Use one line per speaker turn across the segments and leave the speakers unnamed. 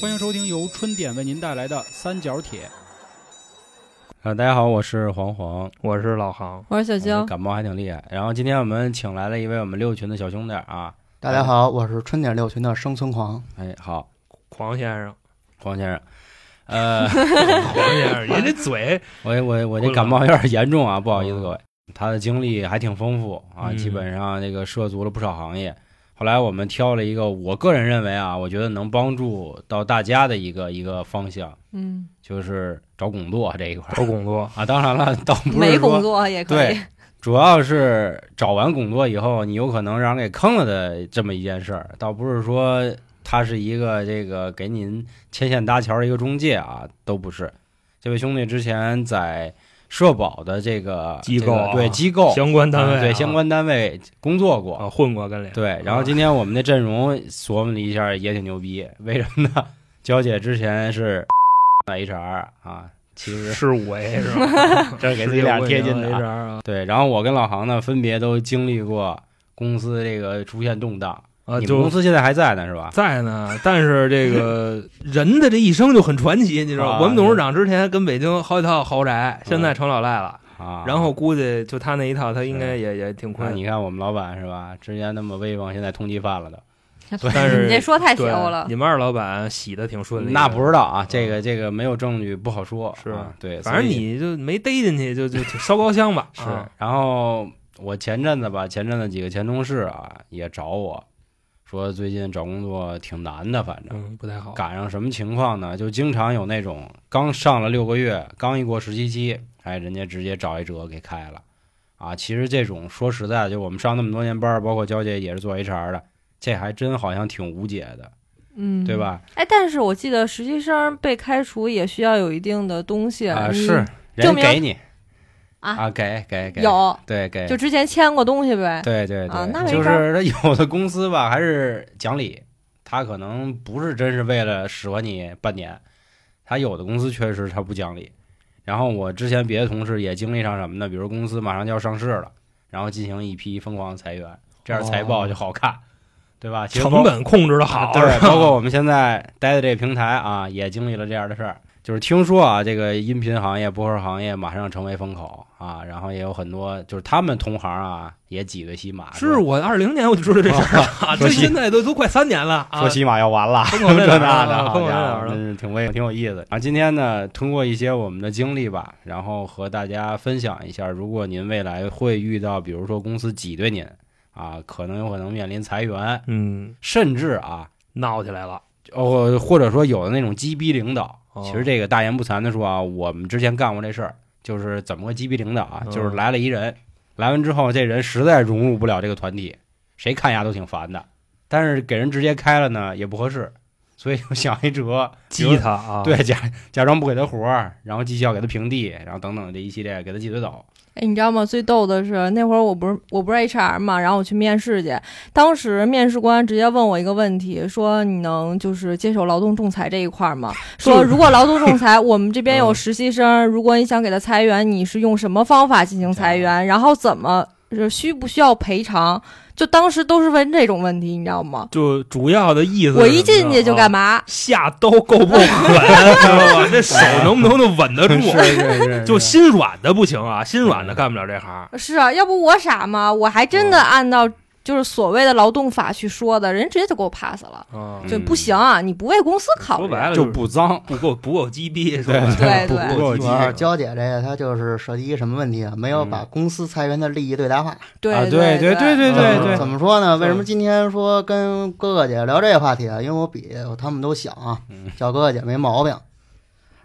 欢迎收听由春点为您带来的《三角铁》。
呃，大家好，我是黄黄，
我是老航，
我是小
我
娇，
感冒还挺厉害。然后今天我们请来了一位我们六群的小兄弟啊，
大家好，我是春点六群的生存狂。
哎，好，
狂先生，
黄先生， 呃，
狂先生，人 这嘴，
我我我这
昏了
感冒有点严重啊，不好意思各位。他的经历还挺丰富啊，
嗯
基本上这个涉足了不少行业。后来我们挑了一个，我个人认为啊，我觉得能帮助到大家的一个一个方向，
嗯，
就是找工作这一块儿。
找工作，
啊，当然了，倒不是
没
说
工作也可以
对，主要是找完工作以后，你有可能让人给坑了的这么一件事儿，倒不是说他是一个这个给您牵线搭桥的一个中介啊，都不是。这位兄弟之前在社保的这个
机构啊
这个对机构
相关单位啊，
嗯对相关单位工作过，
啊混过跟脸，
对。然后今天我们的阵容琢磨了一下，也挺牛逼。为什么呢？ 娇姐之前是 HR 啊，其实
是五 A 是吧？
这是 给自己俩贴金的啊
HR 啊
对，然后我跟老航呢，分别都经历过公司这个出现动荡。
啊，
你们公
就
司现在还在呢，是吧？
在呢。但是这 个人的这一生就很传奇，你知道
啊
吗？我们董事长之前跟北京好几套豪宅，现在成老赖了。
啊，
然后估计就他那一套，他应该也也挺
啊，
困
你
难。
看我们老板是吧？之前那么威风，现在通缉犯了的，
但是
你这说太邪
对
乎了，
你们二老板洗的挺顺利的，
那不知道啊，这个这个没有证据不好说。
嗯是
啊对，
反正
所以
你就没逮进去，就就挺烧高香吧。
是
啊。
然后我前阵子吧，前阵子几个前同事啊也找我说，最近找工作挺难的，反正。
嗯，不太好。
赶上什么情况呢？就经常有那种刚上了六个月，刚一过实习期，哎，人家直接找一折给开了，啊，其实这种说实在的，就我们上那么多年班儿，包括娇姐也是做 HR 的，这还真好像挺无解的，
嗯，
对？吧？
哎，但是我记得实习生被开除也需要有一定的东西
啊、
你
是人
嗯证明
给你
啊
给给给，
有，
对给，
就之前签过东西呗。
对对对，
啊那没
就是
法儿
他有的公司吧，还是讲理，他可能不是真是为了使唤你半年，他有的公司确实他不讲理。然后我之前别的同事也经历上什么呢？比如公司马上就要上市了，然后进行一批疯狂裁员，这样财报就好看，对吧？其实包
哦成本控制的好，
啊
对，
是吧
包括我们现在待的这个平台啊，也经历了这样的事儿。就是听说啊，这个音频行业、播客行业马上成为风口啊，然后也有很多就是他们同行啊也挤兑西马，
是我二零年我就知道这事儿了，
啊
啊
说
这
西
现在都都快三年了啊！
说喜马要完了，
疯狂
这那
在
的，
哪儿啊？
好
疯狂在哪
家伙，
儿
真
了？
是挺危挺有意思的。然后今天呢，通过一些我们的经历吧，然后和大家分享一下，如果您未来会遇到，比如说公司挤兑您啊，可能有可能面临裁员，
嗯，
甚至啊，
闹起来了，
哦，或者说有的那种鸡逼领导，
哦
其实这个大言不惭的说啊，我们之前干过这事儿，就是怎么个鸡逼领导啊，
嗯
哦
就是来了一人，来完之后这人实在融入不了这个团体，谁看牙都挺烦的，但是给人直接开了呢也不合适，所以就想一辙，
激他啊！
对， 假假装不给他活儿，然后绩效给他平地，然后等等这一系列给他挤兑倒，
哎，你知道吗？最逗的是那会儿我不是我不是 HR 嘛，然后我去面试去，当时面试官直接问我一个问题，说你能就是接手劳动仲裁这一块儿吗？说如果劳动仲裁，我们这边有实习生，如果你想给他裁员，你是用什么方法进行裁员？然后怎么是需不需要赔偿？就当时都是问这种问题，你知道吗？
就主要的意思是什么呢，
我一进
啊
去就干
嘛？
嘛？
下刀够不够 狠，知道吧？这手能不能就稳得住？
哎是是
就心软的不行啊，心软的干不了这行。
是啊，要不我傻吗？我还真的按照就是所谓的劳动法去说的，人直接就给我 pass 了。
啊，
就不行啊！你不为公司考
说
虑，
白了
嗯就是不脏，
不够不够鸡逼，是吧？
对
不
对
不够
主
鸡
要
啊
是娇姐这个，她就是涉及一什么问题啊？没有把公司裁员的利益最大化。
对
啊对对对
对
嗯
对对，
怎么说呢？为什么今天说跟哥哥姐聊这个话题啊？因为我比他们都小啊
嗯，
叫哥哥姐没毛病。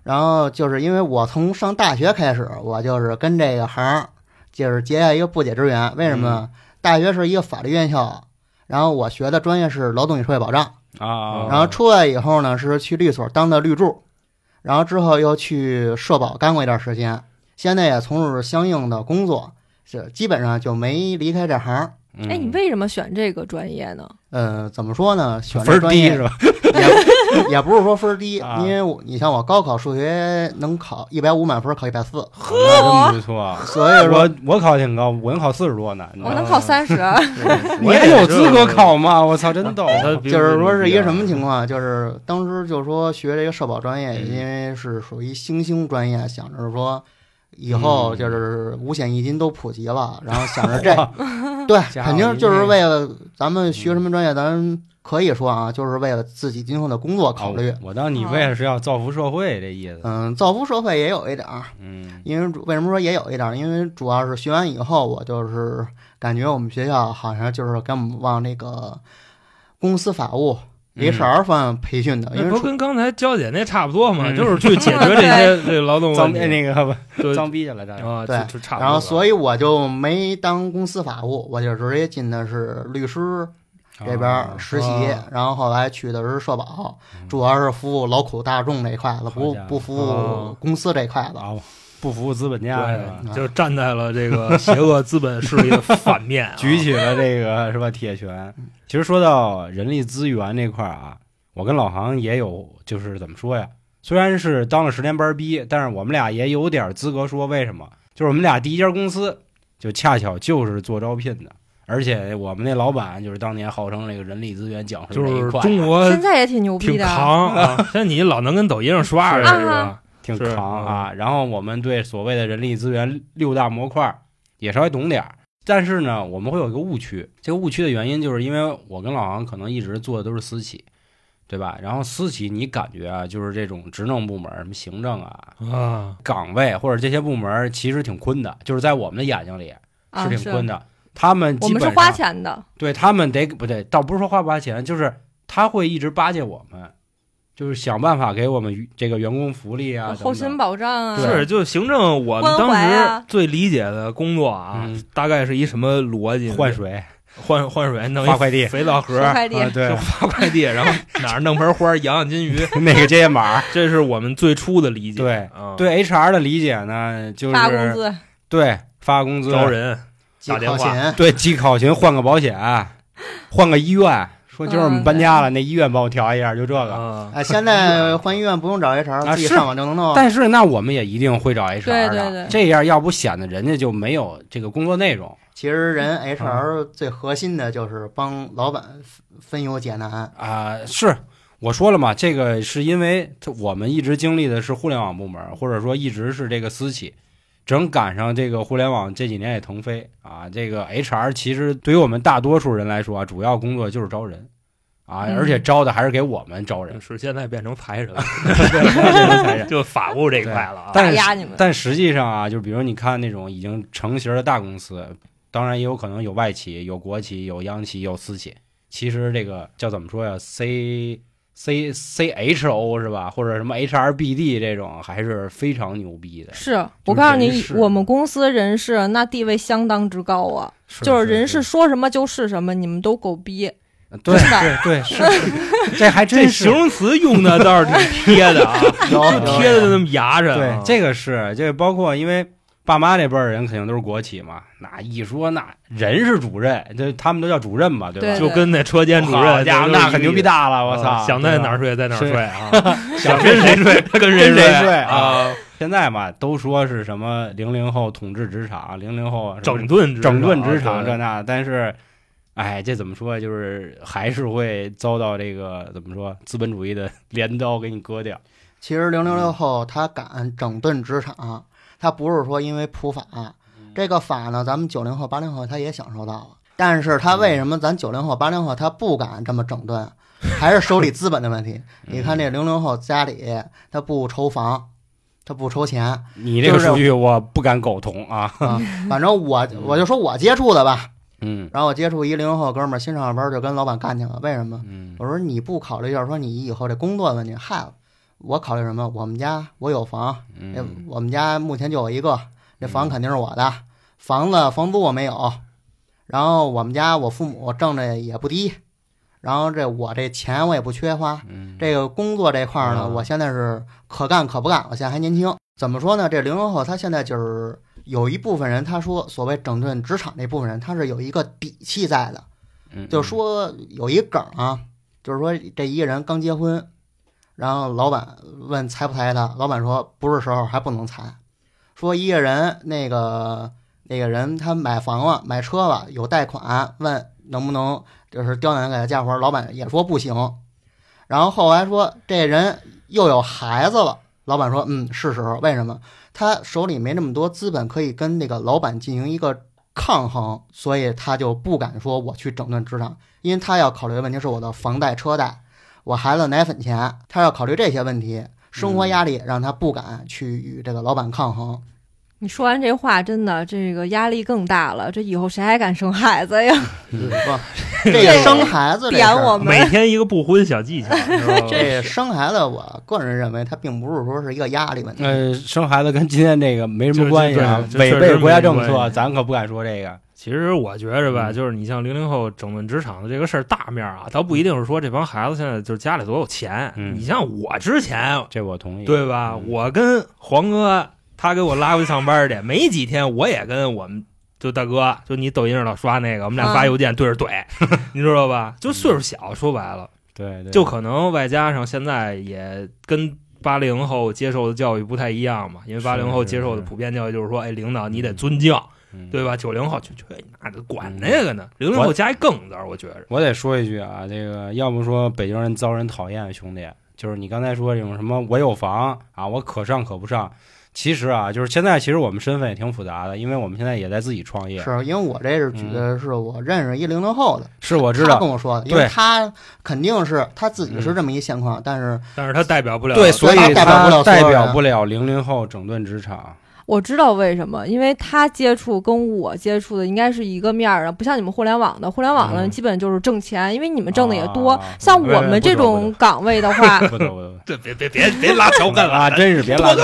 然后就是因为我从上大学开始，我就是跟这个行儿就是结下一个不解之缘。为什么呢？大学是一个法律院校，然后我学的专业是劳动与社会保障。
啊
哦然后出来以后呢，是去律所当的律助，然后之后又去社保干过一段时间，现在也从事相应的工作，是基本上就没离开这行。
嗯
哎哎，你为什么选这个专业呢？
呃，怎么说呢？选
分儿
这专
低
业
是吧？
也也不是说分儿低，
啊
因为我你像我高考数学能考一百五满分，考一百四，
那真不错。
所以说
我我考挺高，我能考四十多呢。你知
我
道吗
能考三十，啊
你还有资格考吗？我操，真逗！
他比
就是说是一个什么
况？
情况？啊就是当时就说学这个社保专业，
嗯
因为是属于新兴专业，想着说以后
嗯
就是五险一金都普及了，然后想着这对，
家伙
肯定
你
就是
这
为了咱们学什么专业，咱可以说啊，就是为了自己今后的工作考虑
哦。我当你为了是要造福社会这意思。
嗯，造福社会也有一点儿，
嗯，
因为主为什么说也有一点儿？因为主要是学完以后，我就是感觉我们学校好像就是给我们往那个公司法务
嗯
HR 方向培训
啊
的，因
那
为
不是
除
跟刚才娇姐那差不多吗？
嗯
就是去解决这些这劳动
脏哎
问题
那个
对
脏逼去了，这
啊，
对
就就差不多。
然后，所
以
以我就没当公司法务，我就直接进的是律师这边儿
啊
实习，
啊
然后后来去的是社保，
嗯
主要是服务劳苦大众这一块子，
好
不
家伙
不服
哦
务公司这一块子。
啊，不服资本家是
啊
吧？
对，啊就站在了这个邪恶资本势力的反面啊，
举起了这个是吧铁拳。其实说到人力资源这块儿啊，我跟老航也有，就是怎么说呀？虽然是当了十年班儿逼，但是我们俩也有点资格说为什么？就是我们俩第一家公司就恰巧就是做招聘的，而且我们那老板就是当年号称这个人力资源讲师
就
这一
是
块，
中国
现在也挺牛逼
挺
的。
扛啊，像你老能跟抖音上刷似的，
是
是吧？
挺
是
扛啊。然后我们对所谓的人力资源六大模块儿也稍微懂点儿，但是呢，我们会有一个误区。这个误区的原因就是因为我跟老王可能一直做的都是私企，对吧？然后私企你感觉啊，就是这种职能部门儿，什么行政啊、
啊，
岗位或者这些部门儿，其实挺困的，就是在我们的眼睛里
啊，
挺困
是
的。他们
我
基
们
本上
是花钱的，
对他们得不对，倒不是说花不花钱，就是他会一直巴结我们，就是想办法给我们这个员工福利啊，
后
等等
勤保障啊，
对
是就行政，我们
关
当
怀啊
时最理解的工作啊
嗯，
大概是一什么逻辑呢？
换水、
换换水，弄
发
一
快递、
肥皂盒
收，快递
啊，对
就，发快递，然后哪儿弄盆花儿养养金鱼，
那个接码。
这是我们最初的理解。
对
啊，
对 HR 的理解呢，就
发工
是
资，
对发工资，
招人
记
打电
考
话
勤，
对记考勤，换个保险，换个医院，说今儿
嗯
我们搬家了，那医院帮我调一下，就这个。
啊，
哎，现在 换医院不用找 HR，
啊
自己
是
上网就能弄。
但是那我们也一定会找 HR 的，
对对
这样要不显得人家就没有这个工作内容
其
嗯
实人 HR 最核心的就是帮老板分分忧解 难。
啊、是。我说了嘛，这个是因为它我们一直经历的是互联网部门，或者说一直是这个私企，正赶上这个互联网这几年也腾飞啊。这个 HR 其实对于我们大多数人来说啊，主要工作就是招人啊，
嗯
而且招的还是给我们招人。
是现在变成财神了，
财 神
就法务这一块了啊。
打
但是
压你们。
但实际上啊，就比如你看那种已经成型的大公司，当然也有可能有外企、有国企、有央企、有私企。其实这个叫怎么说呀？C C C H O 是吧？或者什么 H R B D 这种还是非常牛逼的。
是我告诉
人
你，
事
我们公司人事那地位相当之高啊，就是人事说什么就是什么，你们都狗逼，
对
真的
对是， 这还
这
真是
形。容啊词用的倒是挺贴的 啊，
有
就贴的那么牙碜
对
啊。，
这个是这个包括因为爸妈这辈儿人肯定都是国企嘛，那一说那人事主任，这他们都叫主任嘛，对吧？
对
就跟那车间主
好
任，
家伙，那可牛逼
大！
大了，我操！
啊想在哪
对吧
儿睡在哪儿
是
睡啊，
想
跟谁睡 跟
跟谁
睡
睡
啊。
现在嘛，都说是什么零零后统治职场，零零后啊什么
整顿职
整顿
场啊
职场
对
这那，但是，哎，这怎么说？就是还是会遭到这个怎么说资本主义的镰刀给你割掉。
其实零零
嗯
六后他敢整顿职场，他不是说因为普法，
嗯
这个法呢，咱们九零后、八零后他也享受到了，但是他为什么咱九零后、八零后他不敢这么整 顿，还是手里资本的问题。
嗯
你看这零零后家里他不愁房，他不愁钱啊，
你这个
就是
数据我不敢苟同啊。
反正我
嗯
我就说我接触的吧，
嗯
然后我接触一零零后哥们儿，新上班就跟老板干去了，为什么？
嗯
我说你不考虑一下说你以后这工作的问题，害了。我考虑什么？我们家我有房，那
嗯，
我们家目前就我一个，这房
嗯
肯定是我的，房子房租我没有，然后我们家我父母挣的也不低，然后这我这钱我也不缺花，
嗯
这个工作这块儿呢，
嗯
我现在是可干可不干，我现在还年轻。怎么说呢？这零零后他现在就是有一部分人，他说所谓整顿职场那部分人，他是有一个底气在的，
嗯
就说有一梗啊，就是说这一个人刚结婚，然后老板问裁不裁他，老板说不是时候，还不能裁。说一个人那个那个人他买房了，买车了，有贷款，问能不能就是刁难给他干活，老板也说不行。然后后来说这人又有孩子了，老板说嗯是时候，为什么？他手里没那么多资本可以跟那个老板进行一个抗衡，所以他就不敢说我去整顿职场，因为他要考虑的问题是我的房贷、车贷，我孩子奶粉钱，他要考虑这些问题。生活压力让他不敢去与这个老板抗衡，
你说完这话，真的这个压力更大了。这以后谁还敢生孩子呀？
不，这个生孩子这事
点我
儿，
们
每天一个不婚小技 巧，是吧
这生孩子，我个人认为它并不是说是一个压力问题，
呃，生孩子跟今天这个没什么
就
关系啊，
对就
违
确实
背
没
国家
什么
政
关
策，
系
咱可不敢说这个。
其实我觉着吧，
嗯
就是你像零零后整顿职场的这个事儿，大面儿啊，倒不一定是说这帮孩子现在就是家里多有钱。
嗯
你像我之前，
这我同意。
对吧？
嗯
我跟黄哥，他给我拉过去上班去，没几天，我也跟我们就大哥，就你抖音上老刷那个，我们俩
啊
发邮件对着怼， 你知道吧？就岁数小，说白了，
对对，
就可能外加上现在也跟。八零后接受的教育不太一样嘛，因为
是
八零后
是
接受的
是
普遍教育就是说，哎，领导你得尊敬，
嗯
对吧？九零后就去你妈的管那个呢，零零后
我
加一更字儿，我觉着
我得说一句啊，这个要不说北京人遭人讨厌，兄弟，就是你刚才说这种什么我有房啊，我可上可不上。其实啊，就是现在其实我们身份也挺复杂的，因为我们现在也在自己创业。
是因为我这是举的是我认识一零零后的，
是我知
他跟
道，
我说的，因为
对嗯
他肯定是他自己是这么一现况，但是
但是他代表不了
对，所以
他代表
他
不了所有
代
人
表不了零零后整顿职场。
我知道为什么，因为他接触跟我接触的应该是一个面儿的，不像你们互联网的，互联网的
嗯
基本就是挣钱，因为你们挣的也多。
啊
像
不是
我们这
不
种
是
岗位的话，
不得不得，
对，别别别别拉
我
条
敢
干了
拉，真是别拉。
啊！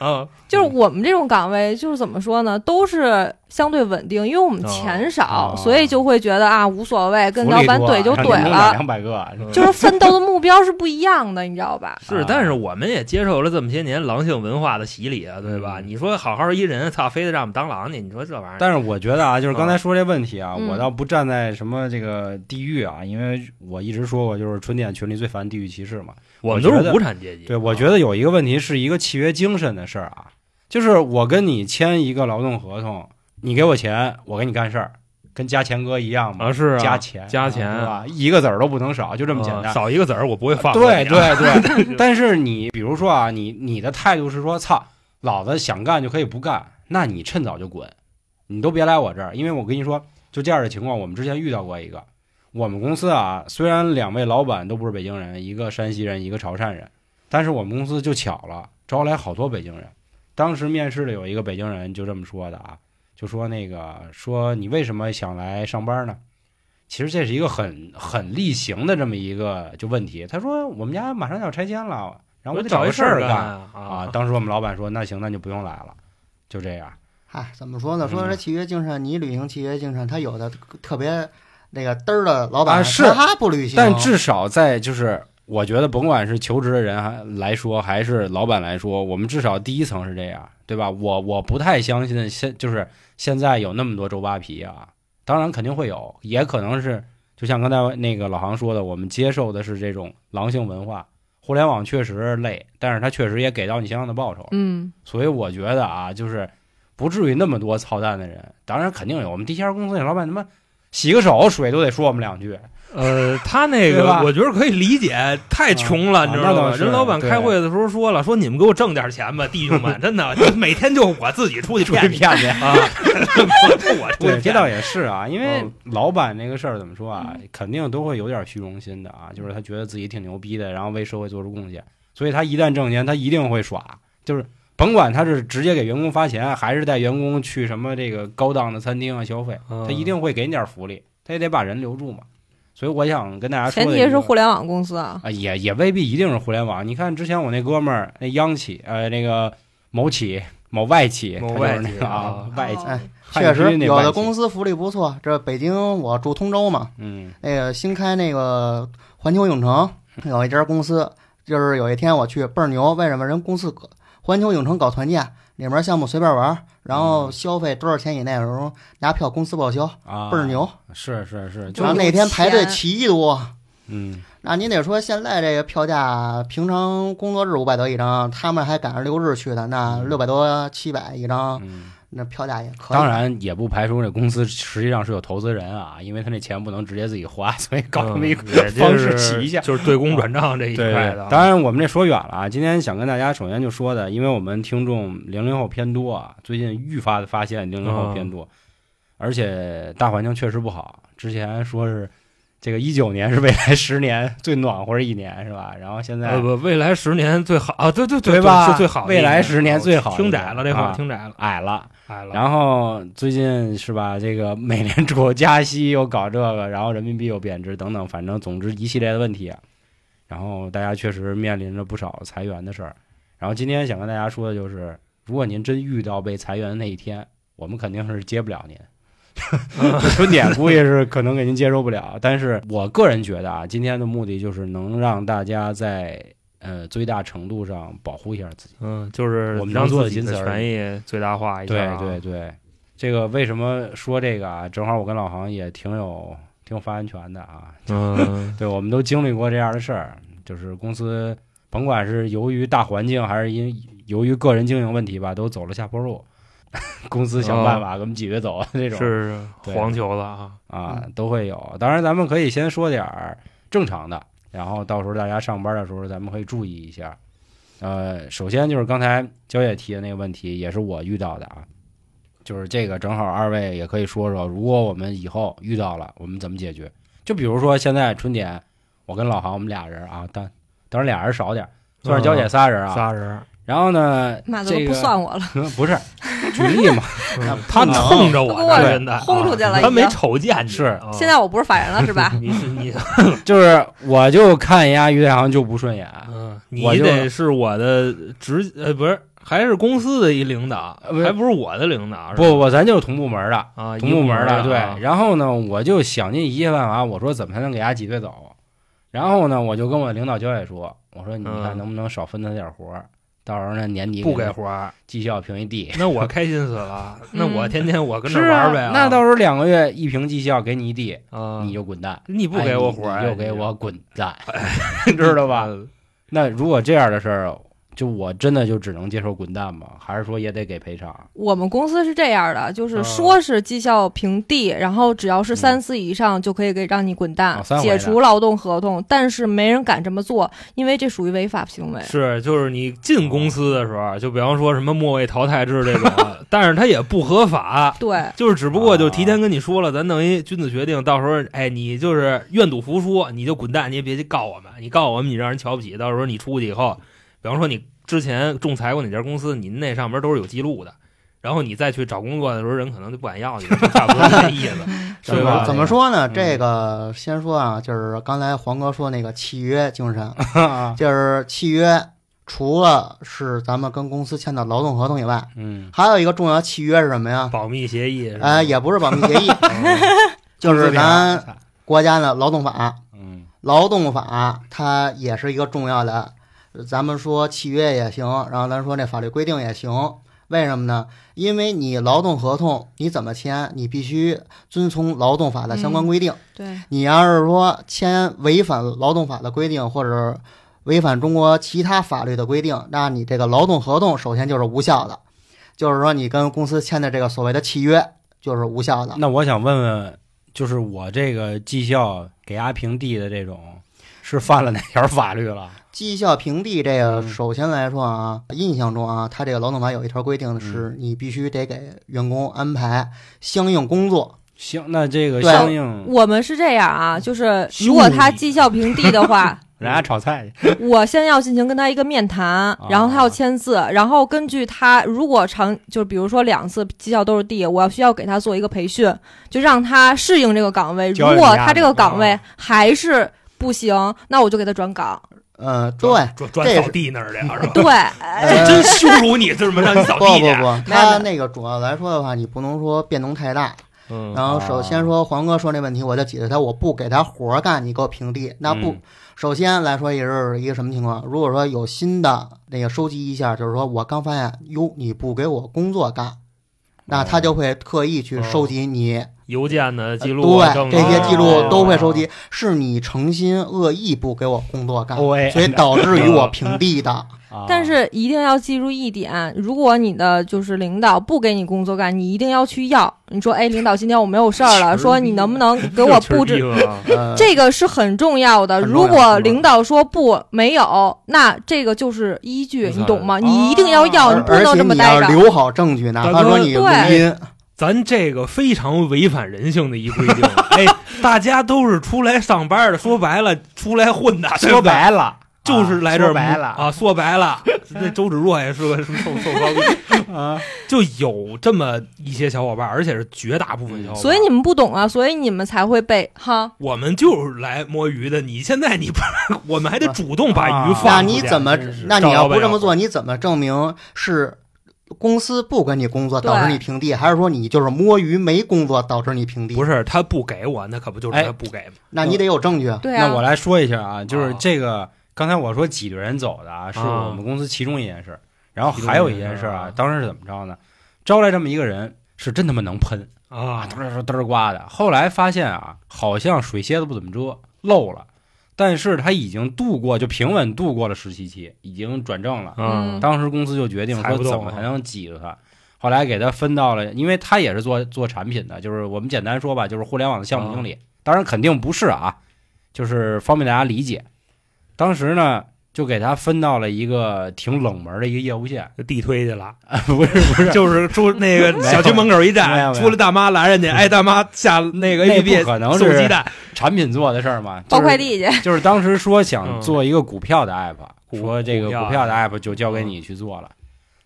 哦
就是我们这种岗位，就是怎么说呢，都是相对稳定，因为我们钱
哦
少，所以就会觉得啊无所谓，跟老板
啊
怼就怼了，
两百个啊，
嗯
就是奋斗的目标是不一样的，你知道吧？
是，但是我们也接受了这么些年狼性文化的洗礼啊，对吧？
嗯
你说好好一人，操，非得让我们当狼去，你说这玩意儿，
但是我觉得啊，就是刚才说这问题啊，
嗯
我倒不站在什么这个地域啊，因为我一直说过，就是春点群里最烦地域歧视嘛。
我们
我
都
觉
是
得
无产阶级。啊
对，我觉得有一个问题是一个契约精神的事儿啊，就是我跟你签一个劳动合同，你给我钱，我给你干事儿，跟加钱哥一样嘛，
啊，是啊，
加钱
加钱啊
对吧？一个子儿都不能少，就这
这
么简单。
少一个子儿我不会放过
对
你啊。
对对，但是你比如说啊，你你的态度是说，操，老子想干就可以不干，那你趁早就滚，你都别来我这儿，因为我跟你说，就这样的情况，我们之前遇到过一个，我们公司啊，虽然两位老板都不是北京人，一个山西人，一个潮汕人，但是我们公司就巧了，招来好多北京人。当时面试的有一个北京人就这么说的啊，就说那个说你为什么想来上班呢？其实这是一个很很例行的这么一个就问题。他说我们家马上要拆迁了，然后
我
得
找
找
一
个
事
事
儿
儿
干
干
啊
啊。！当时我们老板说那行，那就不用来了，就这样。
嗨，哎怎么说呢？说
嗯
这契约精神，你履行契约精神，他有的特别那个嘚儿的老板
啊是
他不履行，
但至少在就是，我觉得甭管是求职的人还来说，还是老板来说，我们至少第一层是这样，对吧？我我不太相信现就是现在有那么多周扒皮啊，当然肯定会有，也可能是就像刚才那个老航说的，我们接受的是这种狼性文化。互联网确实累，但是它确实也给到你相应的报酬，
嗯，
所以我觉得啊，就是不至于那么多操蛋的人。当然肯定有，我们第一家公司那老板他妈洗个手水都得说我们两句，
呃，他 那
对
个
吧
我觉得可以理解，太穷了，
啊
你知道
那
吗？
倒是
人老板
对
开会的时候说了，说你们给我挣点钱吧，弟兄 们，真的，每天就我自己出去骗你
骗去。
啊， 就我出去
对，这
骗
倒
你
也是啊，因为
嗯
老板那个事儿怎么说啊，肯定都会有点虚荣心的啊，就是他觉得自己挺牛逼的，然后为社会做出贡献，所以他一旦挣钱，他一定会耍，就是甭管他是直接给员工发钱，还是带员工去什么这个高档的餐厅啊消费，
嗯
他一定会给你点福利，他也得把人留住嘛。所以我想跟大家说
前
的一个，
提是互联网公司啊，
啊，也也未必一定是互联网。你看之前我那哥们儿，那央企，呃，那个某企、某外企，
某
他就是
外
那
企
个
啊
啊，外企，
哎
哦
确
汉
实
居那
有
外
的
企
公司福利不错。这北京我住通州嘛，
嗯
那个新开那个环球影城有一家公司，就是有一天我去倍儿牛，为什么人公司搞环球影城搞团建，里面项目随便玩，
嗯
然后消费多少钱以内，有时候拿票公司报销，
啊，
倍儿牛。
是是是，就
然后那天排队
有钱
奇多，
嗯，
那您得说现在这个票价，平常工作日五百多一张，他们还赶上六日去的，那六百多七百一张，
嗯
那票价也可以。
当，然也不排除这公司实际上是有投资人啊，因为他那钱不能直接自己花，所以搞这么一个
嗯也就
方式
是
起一下。
就是对公转账这一
对
块的啊。
当然我们这说远了啊。今天想跟大家首先就说的，因为我们听众零零后偏多啊，最近愈发的发现零零后
嗯
偏多，而且大环境确实不好。之前说是这个一九年是未来十年最暖和的一年，是吧？然后现在
呃不，未来十年最好啊，对对
对吧
是最好的一
未
年。
来十年最好的一
听
年
窄了这话，
啊哎
听窄了，
矮了，
矮了。
然后最近是吧？这个美联储加息又搞这个，然后人民币又贬值等等，反正总之一系列的问题啊。然后大家确实面临着不少裁员的事儿。然后今天想跟大家说的就是，如果您真遇到被裁员的那一天，我们肯定是接不了您。春点估计是可能给您接受不了，但是我个人觉得啊，今天的目的就是能让大家在呃最大程度上保护一下自己。
嗯，就是
我们
让
能做
自
的
己
仅
的
此而
权益最大化一下
对
啊。
对对，这个为什么说这个啊？正好我跟老航也挺有挺有发言权的啊。
嗯，
对，我们都经历过这样的事儿，就是公司甭管是由于大环境还是因由于个人经营问题吧，都走了下坡路。 公司想
哦
办法给我们解决走 这
是
种
是
对
黄球了啊。
啊
嗯
都会有。当然，咱们可以先说点儿正常的，然后到时候大家上班的时候，咱们可以注意一下。呃，首先就是刚才焦姐提的那个问题，也是我遇到的啊，就是这个正好二位也可以说说，如果我们以后遇到了，我们怎么解决？就比如说现在春点，我跟老航我们俩人啊，但当然俩人少点儿，算是焦姐仨人啊。
仨 人，
然后呢，
妈的
这
都
个
不算我了，
不是举例嘛，
那
嗯
不
他
能
冲着
他给
我
我
呢，真的
轰出去了
啊
已经
他没瞅见你
是
啊？
现在我不是法人了是吧
你是你，
就是我就看人家于太阳就不顺眼，
嗯，
我
你
就
得是我的直呃，不是，还是公司的一领导，
呃不是
还不是我的领导，
不不，咱就是同部门的，
不啊，
同
一
部
部
门
的，
对。
啊
然后呢，我就想尽一切办法，我说怎么才能给他挤兑走？然后呢，我就跟我领导交代说，我说你看
嗯
能不能少分他点活儿，到时候呢年底
不给
他
活儿，
绩效评一 地。
那我开心死了，那我天天我跟着
是
玩
啊
儿呗啊，
那到时候两个月一评绩效给你一地，
啊，
你就滚蛋，
你不给我活
哎
儿，
你你就给我滚 蛋，知道吧？
嗯？
那如果这样的事儿，就我真的就只能接受滚蛋吗？还是说也得给赔偿？
我们公司是这样的，就是
嗯
说是绩效评地，然后只要是三次以上就可以给让你滚蛋
嗯哦、三回的
解除劳动合同，但是没人敢这么做，因为这属于违法行
哎
为。
是，就是你进公司的时候，就比方说什么末位淘汰制 这种，但是它也不合法，
对，
就是只不过就提前跟你说了，咱弄一君子决定，到时候哎，你就是愿赌服输，你就滚蛋，你也别去告我们，你告我们你让人瞧不起，到时候你出去以后，比方说你之前仲裁过哪家公司，您那上边都是有记录的。然后你再去找工作的时候，人可能就不敢 要你，差不多这意思，
怎
对
么
吧？
怎么说呢？
嗯
这个先说啊，就是刚才黄哥说那个契约精神，
啊
就是契约除了是咱们跟公司签的劳动合同以外，
嗯，
还有一个重要契约是什么呀？
保密协议是吧
呃，也不是保密协议，
哦
就是咱
啊
国家的劳动法。
嗯
劳动法它也是一个重要的，咱们说契约也行，然后咱说这法律规定也行。为什么呢？因为你劳动合同你怎么签，你必须遵从劳动法的相关规定。
对，
你要是说签违反劳动法的规定，或者违反中国其他法律的规定，那你这个劳动合同首先就是无效的，就是说你跟公司签的这个所谓的契约就是无效的。
那我想问问，就是我这个绩效给丫平地的这种，是犯了哪条法律了？
绩效评地这个，
嗯
首先来说啊，印象中啊，它这个劳动法有一条规定是，你必须得给员工安排相应工作。
相那这个
对
相应，
我们是这样啊，就是
羞辱
如果他绩效评地的话，
人家炒菜去，
我先要进行跟他一个面谈，
啊
然后他要签字，然后根据他如果长就是比如说两次绩效都是 D，我要需要给他做一个培训，就让他适应这个岗位。如
教育啊
果
压
他这个
力
岗位还是不行，那我就给他转 岗。
呃，对，
转转
这是
扫地那儿去了，是吧？
对，哎
呃
啊
哎这真羞辱你，这么让你扫
不
地
不
去？
不，它那个主要来说的话，你不能说变动太大。
哦
嗯
然后
啊
首先说黄哥说那问题，我就解决他，我不给他活儿干，你给我平地。那不，
嗯
首先来说也是一个什么情况？如果说有新的那个收集一下，就是说我刚发现，哟，你不给我工作干，那他就会特意去收集你
邮件的记录啊，
对，
证
这些记录都会收
啊
集。是你诚心恶意不给我工作干，
O A，
所以导致于我平地的。
啊
但是一定要记住一点，如果你的就是领导不给你工作干，你一定要去要。你说，哎，领导，今天我没有事儿 了，说你能不能
啊
给我布置？
呃
这个是很重要的。
很重
如
要
果领导说不没有，那这个就是依据，你懂吗？你一定要要，
而
你不能这么
而且
待
你要
着。
留好证据，哪怕说你录
对
音，
咱这个非常违反人性的一规定。哎，大家都是出来上班的，说白了，出来混的，
啊说
白
白了
就是来这儿
说白了
啊，说白了，那周芷若也是个受受高病，
啊，
就有这么一些小伙伴，而且是绝大部分小伙伴。
所以你们不懂啊，所以你们才会被哈。
我们就是来摸鱼的，你现在你不，我们还得主动把鱼
啊
那
放出去。
你怎么
真是？
那你要不这么
赵老
做，你怎么证明是公司不跟你工作
对
导致你平地，还是说你就是摸鱼没工作导致你平地？
不
是，
是他不给我，那可不就是他不给吗？
那你得有证据。
对
那我
啊，
来说一下啊，就是
啊
这个刚才我说几个人走的啊，是
啊
我们公司其中一件事，然后还有一件事
其中一件事
啊
啊，
当时是怎么着呢？招来这么一个人，是真他妈能喷啊，
啊，
嘚儿嘚儿嘚儿刮的。后来发现啊，好像水蝎子不怎么遮，漏了，但是他已经度过，就平稳度过了实习期，已经转正了。
嗯
当时公司就决定
踩
说
不动
怎么才能挤着他。后来给他分到了，因为他也是做做产品的，就是我们简单说吧，就是互联网的项目经理。
嗯
当然肯定不是啊，就是方便大家理解。当时呢，就给他分到了一个挺冷门的一个业务线，
嗯地推去了，
不是不是，
就是出那个小区门口
没
一
有没
站，
有
出来大妈拦人家，哎，大妈下那个
那不
APP
可能
送鸡
是
蛋，
产品做的事儿嘛，
包
就是
快递去，
就是当时说
嗯
想做一个股票的 app，、
股
说这个
股票啊嗯
股票的 app 就交给你去做了。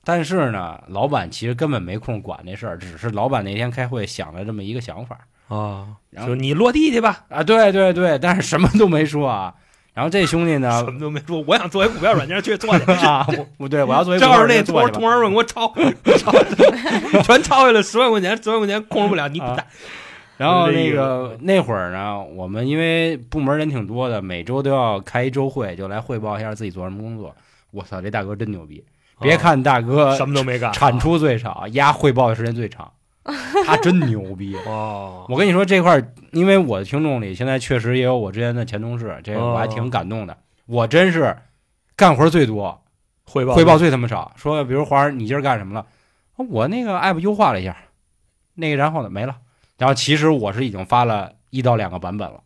但是呢，老板其实根本没空管这事儿，只是老板那天开会想了这么一个想法
啊，
然
就
后
你落地去吧，
啊，对对对，但是什么都没说啊。然后这兄弟呢
什，么都没说。我想作为股票软件 去做去，
啊，我我对我要做一
正好
股
是
票
那
就
托
做去
同
吧
行润给我抄，抄 全抄下来十万块钱，十万块钱控制不了，你
啊
蛋
然后
这意
那
思嗯
个那会儿呢，我们因为部门人挺多的，每周都要开一周会，就来汇报一下自己做什么工作。我操，这大哥真牛逼！哦别看大哥
啊什么都没 干，
产出最少，压汇报的时间最长，他真牛逼。
哦，
我跟你说这块儿，因为我的听众里现在确实也有我之前的前同事，这个我还挺感动的。我真是干活最多，
汇报
汇报最他妈少。说比如华儿，你今儿干什么了？啊我那个 app 优化了一下，那个然后呢没了。然后其实我是已经发了一到两个版本了，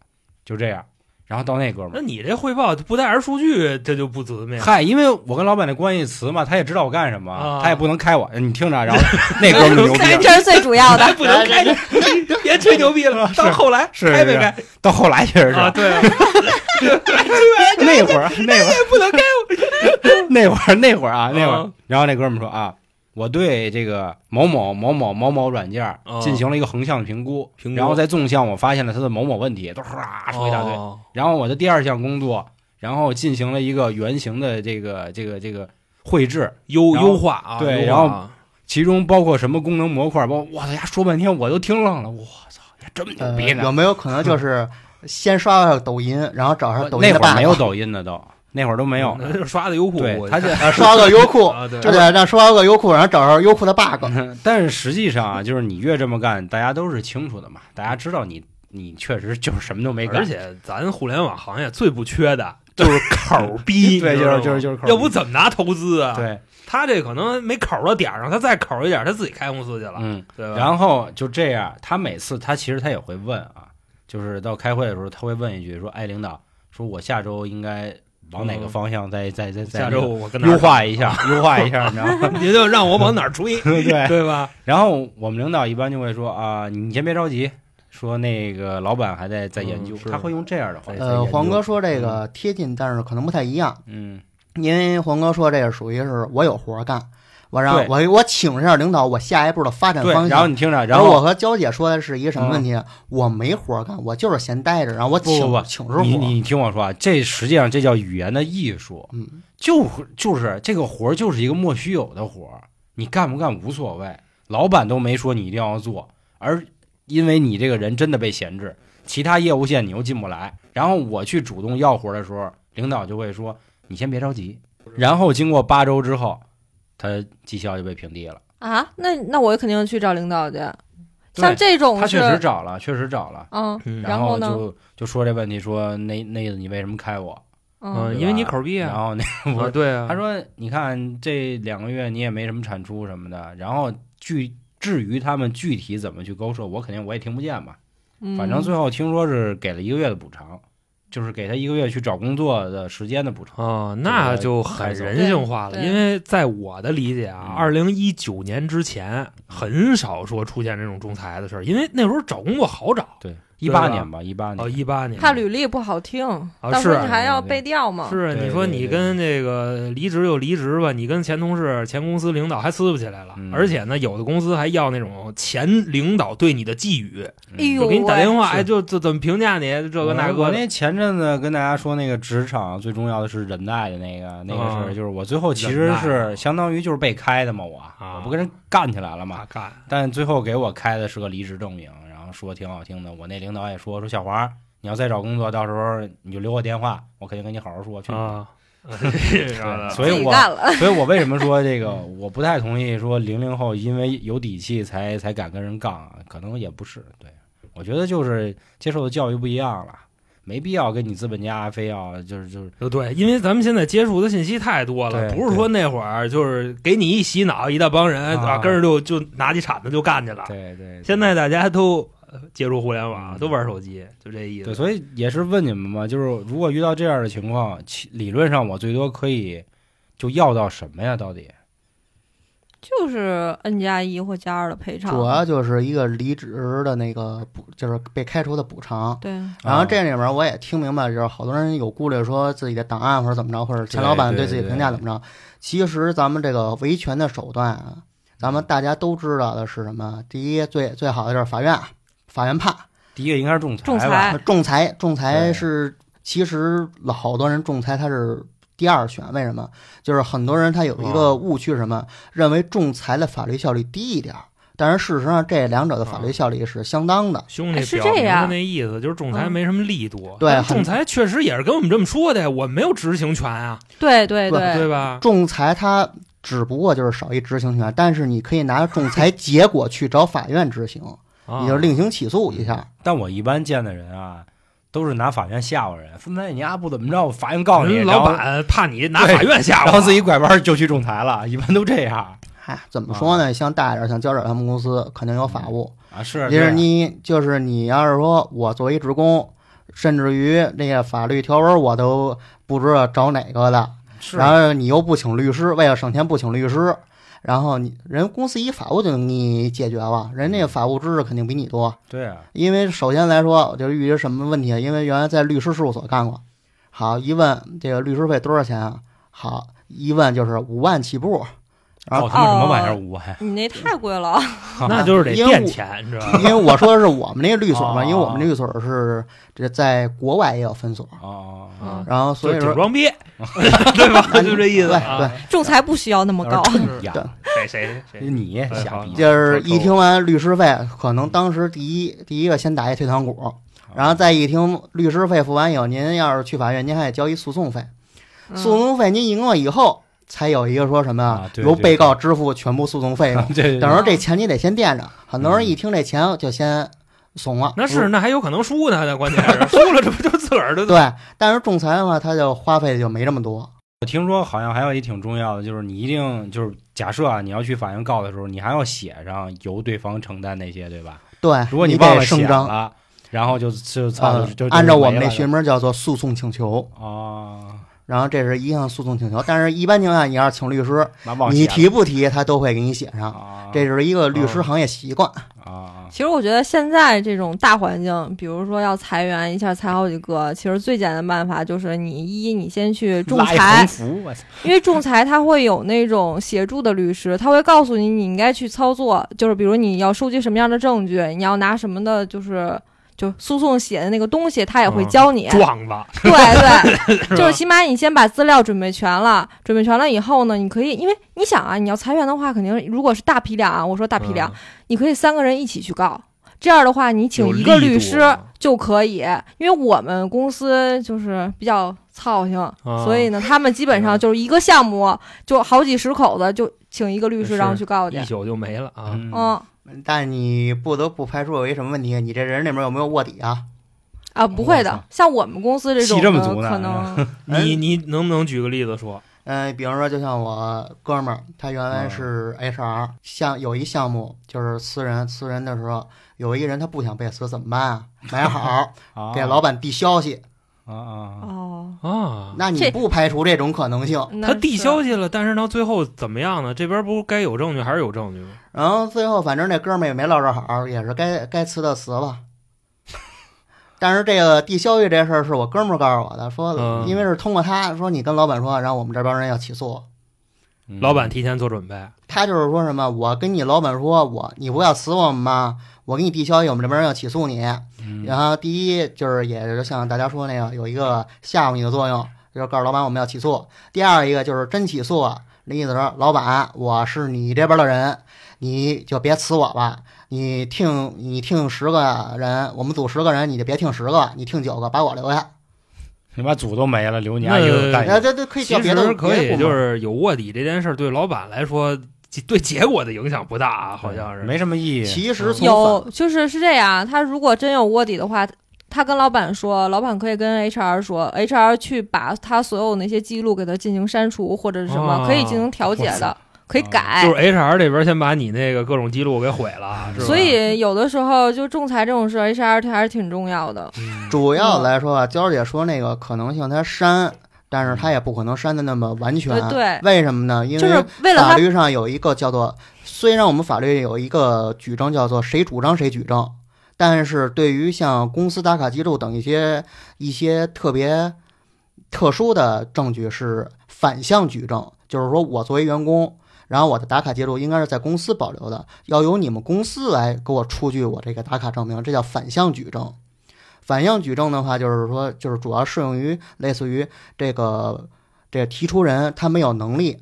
就这样。然后到那哥们
那
儿，
你这汇报不带儿数据，这就不 准呗。
嗨，因为我跟老板的关系词嘛，他也知道我干什么，
啊
他也不能开我。你听着啊，然后那哥们儿牛逼，
这是最主 要的。
不能开， 别吹牛逼了。到后来
是
开没
是
开
到后来确实是
啊？对啊，
那会儿，那会儿不能我。 那会儿，那会儿啊，那会儿
嗯，
然后那哥们儿说啊，我对这个某某某某某某软件儿
嗯
进行了一个横向的评估，
评估哦
然后在纵向我发现了它的某某问题，都哗说一大堆。然后我的第二项工作，然后进行了一个原型的这个这个这个绘制，
优
然后
优化啊，
对
优化啊
其中包括什么功能模块，包括哇，呀，说半天我都听愣了，我操，呀，这么牛
呃
逼呢！
有没有可能就是先刷刷抖音，然后找上抖音
那会
的
儿
爸
没
爸
有，抖音的都，那会儿都没有。
嗯那就是刷的优酷，
对
我
他这
呃刷个优 酷，
啊，对，
对，让刷个优酷，然后找上优酷的 bug。
但是实际上啊，就是你越这么干，大家都是清楚的嘛，大家知道你你确实就是什么都没干，
而且咱互联网行业最不缺 的就是口逼，
对
你
就
知
是
道吗
就是就是口逼
要不怎么拿投资啊？，
对，
他这可能没口到点儿上，他再口一点儿，他自己开公司去了，
嗯，
对吧？
然后就这样，他每次他其实他也会问啊，就是到开会的时候他会问一句说，哎，领导，说我下周应该往哪个方向再再再再
下周我跟
那个优，
哪儿
化一下，优化一下，你知道吗？，
你就让我往哪儿吹
对。
对吧？
然后我们领导一般就会说啊，你先别着急，说那个老板还在在研究
嗯，是
他会用这样的话
在，
呃，黄哥说这个贴近，但是可能不太一样，
嗯，
因为黄哥说这个属于是我有活干，我让
对
我我请示一下领导，我下一步的发展
对。
方
然后
向。
你听着，
然
然后嗯
我和娇姐说的是一个什么问题？我没活干，我就是闲待着，然后我
不
请
不不
请示
你
我。
你听我说啊，这实际上这叫语言的艺术，
嗯，
就就是这个活儿就是一个莫须有的活儿，你干不干无所谓，老板都没说你一定要做，而因为你这个人真的被闲置，其他业务线你又进不来，然后我去主动要活儿的时候，领导就会说你先别着急，然后经过八周之后，他绩效就被平地了。
啊，那那我肯定去找领导去，像这种
他
是
确实找了，确实找了，
嗯
嗯
然后
后
呢
就就说这问题，说那那个你为什么开我？
嗯
对
因为
吧
你口儿闭
然
啊，
后那
啊
我
对啊，
他说你看这两个月你也没什么产出什么的，然后具至于他们具体怎么去勾售，我肯定我也听不见嘛。
嗯，
反正最后听说是给了一个月的补偿，就是给他一个月去找工作的时间的补偿。
哦，那就很人性化了，
对对
因为在我的理解啊，二
嗯
零一九年之前很少说出现这种仲裁的事儿，因为那时候找工作好找。
对，一
对
八
吧
年吧，一八
哦，
年。
一八年
怕履历不好听，
啊
到时候
是
你还要
对
背调嘛。
是啊
对
你说
对
你
对
跟这个离职就离职吧，你跟前同事、前公司领导还撕不起来了，
嗯
而且呢，有的公司还要那种前领导对你的寄语，
嗯
哎呦
就给你打电话，
是
哎，就就怎么评价你这个那
我我
个的，
那前阵子跟大家说，那个职场最重要的是忍耐的那个那个事
啊
儿，就是我最后其实
忍耐
是相当于就是被开的嘛，我
啊
我不跟人干起来了嘛
啊，干
但最后给我开的是个离职证明，然后说挺好听的。我那领导也说说小华，你要再找工作，到时候你就留我电话，我肯定跟你好好说。去你的
啊， 这样的
对所以
自己
我
干了，
所以我为什么说这个，我不太同意说零零后因为有底气才才敢跟人杠啊，可能也不是。对，我觉得就是接受的教育不一样了，没必要跟你资本家非要就是就是
呃，对，因为咱们现在接触的信息太多了，
对
不是说那会儿就是给你一洗脑，一大帮人
啊
啊，跟着就就拿起铲子就干去了。
对对。对
啊现在大家都呃接触互联网，
嗯
都玩手机，就这意
对，
思。
所以也是问你们嘛，就是如果遇到这样的情况，其理论上我最多可以就要到什么呀？到底
就是 N 加一或加二的赔偿。
主要就是一个离职的那个补，就是被开除的补偿。
对，
然后这
啊
里面我也听明白了，就是好多人有顾虑，说自己的档案或者怎么着，或者前
对
老板
对
对自己
对
评价怎么着。其实咱们这个维权的手段啊，咱
嗯
们大家都知道的是什么？第一，最最好的就是法院，啊法院判，
第一个应该是仲裁吧，
仲裁哎
仲裁，仲裁
对
是其实好多人仲裁他是第二选，为什么？就是很多人他有一个
哦
误区，什么、认为仲裁的法律效力低一点儿，但是事实上这两者的
哦
法律效力是相当的。
兄弟
哎是
表明
这样
的那意思就是仲裁
嗯
没什么力度，
对
但
很
仲裁确实也是跟我们这么说的，我没有执行权啊，
对对
不
对吧？
仲裁它只不过就是少一执行权，但是你可以拿仲裁结果去找法院执行，
啊
也就是另行起诉一下。
但我一般见的人啊，都是拿法院吓唬人，分派你丫不怎么着，法院告你，
人
然
嗯老
后，
板怕你拿法院吓我，
然后自己拐弯儿就去仲裁了，一般都这样
嗨，哎怎么说呢？像大一点，像交点他们公司肯定有法务，
啊。是，
就是
对
你，就是你要是说我作为职工，甚至于那个法律条文我都不知道找哪个的，
是
然后你又不请律师，为了省钱不请律师，然后你人公司一法务就给你解决了，人家法务知识肯定比你多。
对啊，
因为首先来说，我就是遇见什么问题，因为原来在律师事务所干过，好一问这个律师费多少钱啊？好一问就是五万起步，然后
告他
哦
们什么玩意儿五万？
你那太贵了，
那就是得
因为
垫
我
钱，你知道吗？
因为我说的是我们那个律所嘛，
哦
因为我们律所是这在国外也有分所，
哦，哦
嗯
然后
就
所以
是顶
说
装逼，对吧？
那
就这意思
对
啊。
对，
仲裁不需要那么高
有。点儿冲
对
呀，
谁谁 谁
你
好
瞎逼，
就是一听完律师费，可能当时第一第一个先打一退堂鼓，然后再一听律师费付完以后，您要是去法院，您还得交一诉讼费。
嗯
诉讼费您赢了以后，才有一个说什么
啊对
由
对
被告支付全部诉讼费用。
对对
等
对，
于这钱你得先垫着，很多
嗯
人一听这钱就先怂了。
那是那还有可能输呢，那关键是输了，这不就自个儿的
对，但是仲裁的话，他就花费就没这么多。
我听说好像还有一挺重要的，就是你一定就是假设啊，你要去法院告的时候，你还要写上由对方承担那些，对吧？
对，
如果
你
忘
得
了写
声张，
了，然后就就操
呃
就就，
按照我们
那
那学名叫做诉讼请求，
哦，
然后这是一项诉讼请求。但是，一般情况下，你要是请律师，
那忘
你
写了
提不提，他都会给你写上。
啊，
这是一个律师
哦
行业习惯。
啊，
其实我觉得现在这种大环境，比如说要裁员，一下裁好几个，其实最简单的办法就是你一你先去仲
拉一横
裁，
幅，我操，
因为仲裁他会有那种协助的律师，他会告诉你你应该去操作，就是比如你要收集什么样的证据，你要拿什么的，就是。就诉讼写的那个东西，他也会
嗯
教你。
壮吧？
对对，就是起码你先把资料准备全了，准备全了以后呢，你可以，因为你想啊，你要裁员的话，肯定如果是大批量啊，我说大批
嗯
量，你可以三个人一起去告。这样的话，你请
有
一个
力
律
度
师
啊
就可以，因为我们公司就是比较操性，
嗯啊
所以呢，他们基本上就是一个项目就好几十口子就请一个律师，
是
然后去告去
一，宿就没了啊。
嗯
哦
嗯，
但你不得不排除有一什么问题，你这人里面有没有卧底啊？
啊，不会的，像我们公司这种
戏这么
的
足呢
可能
你你能不能举个例子说？
嗯，比方说，就像我哥们儿，他原来是 HR，像有一项目就是私人，私人的时候有一个人他不想被撕怎么办啊？买好，
啊
给老板递消息。
啊啊，
哦，
啊，
那你
这
不排除这种可能性。
那
他递
是
消息了，但是到最后怎么样呢？这边不该有证据还是有证据吗？
然后最后，反正那哥们儿也没落着好，也是该该辞的辞了。 但是这个递消息这事儿是我哥们儿告诉我的，说
嗯
因为是通过他说你跟老板说，然后我们这帮人要起诉。
嗯
老板提前做准备，
他就是说什么，我跟你老板说，我你不要辞我们吗？我给你递消息，我们这边人要起诉你。
嗯
然后第一就是，也就像大家说那个，有一个吓唬你的作用，就是告诉老板我们要起诉；第二一个就是真起诉啊，那意思说，老板我是你这边的人，你就别辞我了。你听，你听十个人，我们组十个人，你就别听十个，你听九个，把我留下。
你把组都没了，留你阿姨
那
干
哎，
一
这这可以
其
叫别的，
实可
别的
以，
部门
就是有卧底这件事儿对老板来说，其对结果的影响不大啊，好像是。
没什么意义。
其
嗯
实从反
有，就是是这样。他如果真有卧底的话，他跟老板说，老板可以跟 HR 说，HR 去把他所有那些记录给他进行删除或者是什么，
啊
可以进行调解的，可以改。
就是 HR 这边先把你那个各种记录给毁了，啊是吧？
所以有的时候就仲裁这种事，HR 还是挺重要的。
嗯
主要来说啊，娇姐说那个可能性，它删，但是它也不可能删的那么完全。
对对
为什么呢？因
就是
为
为了
法
他
律上有一个叫做，虽然我们法律有一个举证叫做谁主张谁举证，但是对于像公司打卡记录等一些一些特别特殊的证据是反向举证，就是说我作为员工。然后我的打卡记录应该是在公司保留的，要由你们公司来给我出具我这个打卡证明，这叫反向举证。反向举证的话，就是说，就是主要适用于类似于这个这个提出人他没有能力，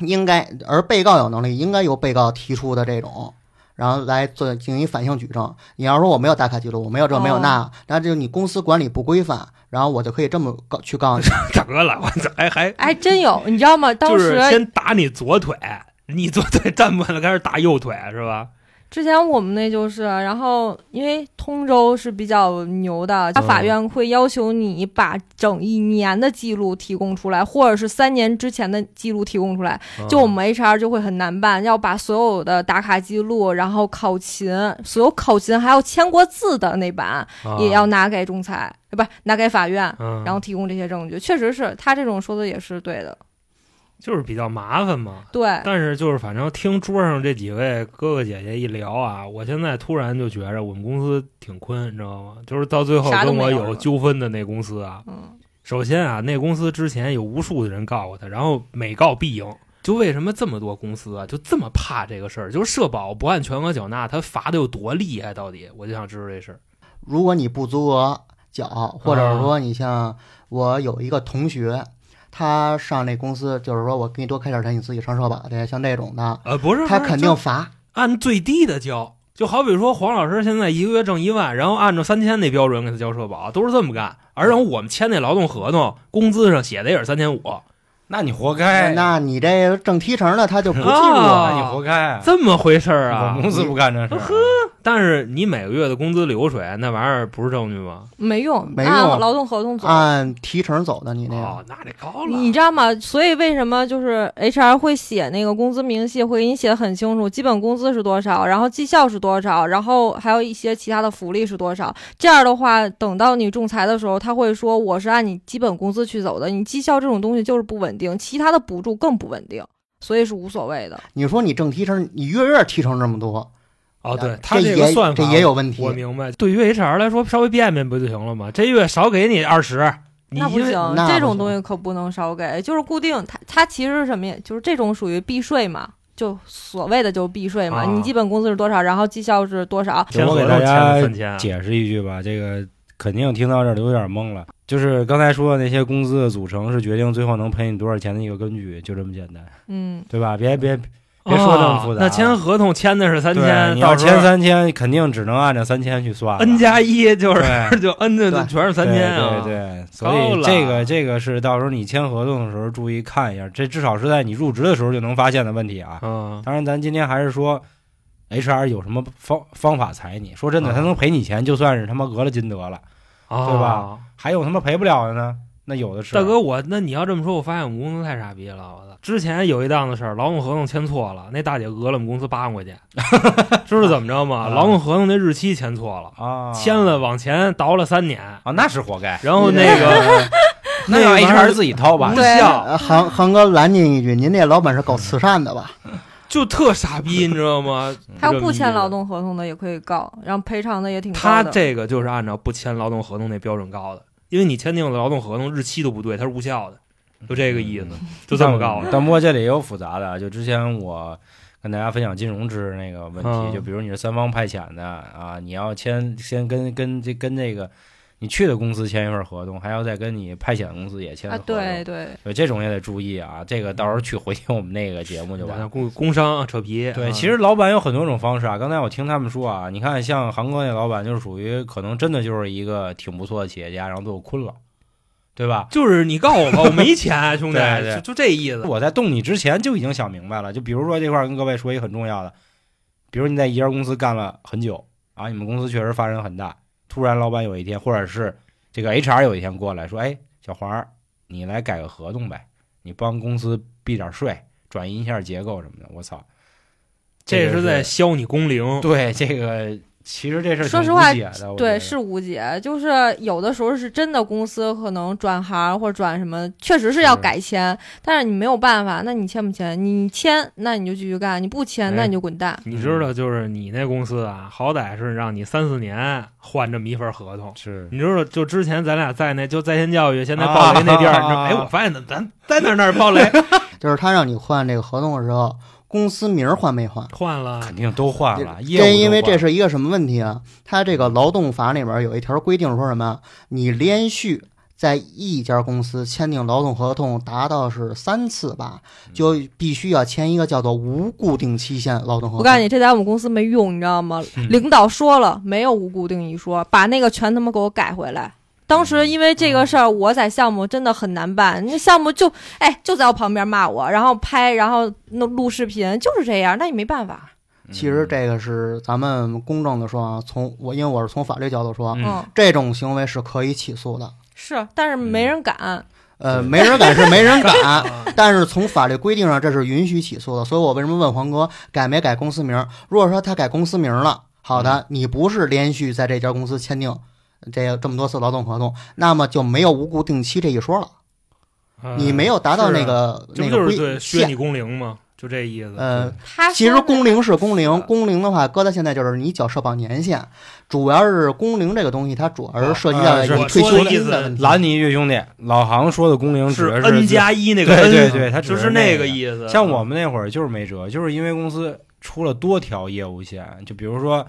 应该而被告有能力，应该由被告提出的这种，然后来做进行一反向举证。你要说我没有打卡记录，我没有这没有
哦
那，那就是你公司管理不规范，然后我就可以这么告去告你。
得了，我操，还还
哎，真有，你知道吗？当
就是
时
先打你左腿，你左腿站不稳了，开始打右腿，是吧？
之前我们那就是，然后因为通州是比较牛的，他法院会要求你把整一年的记录提供出来，或者是三年之前的记录提供出来。
嗯
就我们 HR 就会很难办，要把所有的打卡记录，然后考勤，所有考勤还有签过字的那版、
啊
也要，拿给仲裁，呃不是拿给法院，
嗯
然后提供这些证据。确实是他这种说的也是对的，
就是比较麻烦嘛。
对，
但是就是反正听桌上这几位哥哥姐姐一聊啊，我现在突然就觉着我们公司挺困，你知道吗？就是到最后
啥都
跟
没有
我
是
有
吧
纠纷的那公司啊，
嗯，
首先啊，那公司之前有无数的人告过他，然后每告必赢。就为什么这么多公司啊，就这么怕这个事儿？就是社保不按全额缴纳，他罚的有多厉害？到底我就想知道这事儿。
如果你不足额缴，或者是
哦
说你像我有一个同学，他上那公司就是说我给你多开点钱，你自己上社保去，像这种的，
呃，不是，
他
不是
肯
就
定罚。
按最低的交。就好比说黄老师现在一个月挣一万，然后按照三千那标准给他交社保，都是这么干。而然后我们签那劳动合同，工资上写的也是三千五，
那你活该，
那你这个挣提成的，他就不记录。
哎啊
那你活该。
这么回事儿
哎我
啊
们。公司不干这事儿。
但是你每个月的工资流水那玩意儿不是证据吗？
没用，
没
按
用
劳动合同走。
按提成走的，你那个
哦，那得高了。
你知道吗？所以为什么就是 HR 会写那个工资明细，会给你写的很清楚，基本工资是多少，然后绩效是多少，然后还有一些其他的福利是多少。这样的话，等到你仲裁的时候，他会说我是按你基本工资去走的，你绩效这种东西就是不稳定，其他的补助更不稳定，所以是无所谓的。
你说你挣提成，你月月提成这么多，
哦，对他
这
个
也
算法
这也有问题
我。明白，对于 HR 来说，稍微变变不就行了吗？这月少给你二十，你
那不
因为
行，
那
这
不
种
行
东西可不能少给，就是固定，它它其实是什么呀？就是这种属于避税嘛，就所谓的就是避税嘛，
啊
你基本工资是多少，然后绩效是多少，
签
我
合
给
同
大
签
家
的三千，
解释一句吧，这个肯定听到这儿都有点懵了。就是刚才说的那些工资的组成是决定最后能赔你多少钱的一个根据，就这么简单，
嗯。
对吧？别别别说这么复杂
哦那签合同签的是三
啊对
千，
你要
到时候
签三千，肯定只能按照三千去算了
n 加一就
对
是 就 n 的全是三千啊。
对对对，所
高
以
了
这个这个是到时候你签合同的时候注意看一下，这至少是在你入职的时候就能发现的问题啊。
嗯
当然，咱今天还是说， HR 有什么方方法裁你？说真的，
啊
他能赔你钱，就算是他妈讹了金德了，
啊
对吧？还有他妈赔不了的呢？那有的是。
大哥，我那你要这么说，我发现我们公司太傻逼了。我操！之前有一档子事儿，劳动合同签错了，那大姐讹了我们公司八万 块钱，知道怎么着吗？
啊
劳动合同那日期签错了，
啊，
签了往前倒了三年，
啊，那是活该。
然后那 个
那让 HR 自己掏吧
无。效，
呃航航哥拦您一句，您这老板是搞慈善的吧？
就特傻逼，你知道吗？
还有不签劳动合同的也可以告，然后赔偿的也挺
他
高的。啊
这个就是按照不签劳动合同那标准告的，因为你签订的劳动合同日期都不对，它是无效的，就这个意思，
嗯
就这么告的。
但不过这里也有复杂的，啊就之前我跟大家分享金融知识那个问题，
嗯
就比如你是三方派遣的啊，你要签先跟跟这跟那个你去的公司签一份合同，还要再跟你派遣公司也签
啊
合，同。
对对，
对，这种也得注意啊。这个到时候去回听我们那个节目就完了。
工工伤扯皮，
对，
啊
其实老板有很多种方式啊。刚才我听他们说啊，你看像航哥那老板，就是属于可能真的就是一个挺不错的企业家，然后被我困了，对吧？
就是你告我吧，我没 钱，兄弟
对，对
就就这意思。
我在动你之前就已经想明白了。就比如说这块儿跟各位说一个很重要的，比如你在一家公司干了很久啊，你们公司确实发展很大，突然老板有一天，或者是这个 HR 有一天过来说，哎，小黄儿，你来改个合同呗，你帮公司避点税，转移一下结构什么的。我操，
这
个
是
是
在削你工龄，
对这个。其实这事儿
说
挺
实
无
话
解的，我觉
对
得
是无解，就是有的时候是真的公司可能转行或者转什么，确实是要
是
改签，但是你没有办法，那你签不签？你签那你就继续干，你不签那
哎
你就滚蛋。
你知道，就是你那公司啊，好歹是让你三四年换这么一份合同。
是
你知道，就之前咱俩在那就在线教育，现在暴雷那地儿，
啊
你知道？哎，我发现咱咱在哪儿哪儿 暴雷
就是他让你换这个合同的时候，公司名儿换没换？
换了
肯定都换了，业务
这因为
都换
这是一个什么问题啊？他这个劳动法里面有一条规定说什么？你连续在一家公司签订劳动合同达到是三次吧，
嗯
就必须要签一个叫做无固定期限劳动合同。
我告诉你，这在我们公司没用，你知道吗？
嗯
领导说了，没有无固定一说，把那个全他妈给我改回来。当
嗯
时因为这个事儿，我在项目真的很难办。那项目就哎就在我旁边骂我，然后拍，然后弄录视频，就是这样。那也没办法，
其
嗯
实这个是咱们公正的说啊，从我因为我是从法律角度说，
嗯
嗯，
这种行为是可以起诉的。
是，但是
嗯
没人敢。
呃，
对
没人敢是没人 敢，但是从法律规定上这是允许起诉的。所以我为什么问黄哥改没改公司名儿？如果说他改公司名儿了，好
嗯
的，你不是连续在这家公司签订这个这么多次劳动合同，那么就没有无固定期这一说了。你没有达到那，个
呃嗯是啊这
那
不就
个
是对
规
削
限
你。工龄吗？就这意思。
呃，
他
其实
说的嗯
工龄是工
嗯
龄，工龄的话，搁到现在就是你缴社保年限，主要是工龄这个东西，它主要是涉及到
啊是
你
我
退
说
休
的意
金
思
的问题。
拦你一句兄弟，老航说的工龄指
是
的
N 加一那个
对对
N，
对他指
就
的
是
是
那
那
个
个
意思。嗯
像我们那会儿就是没辙，就是因为公司出了多条业务线，就比如说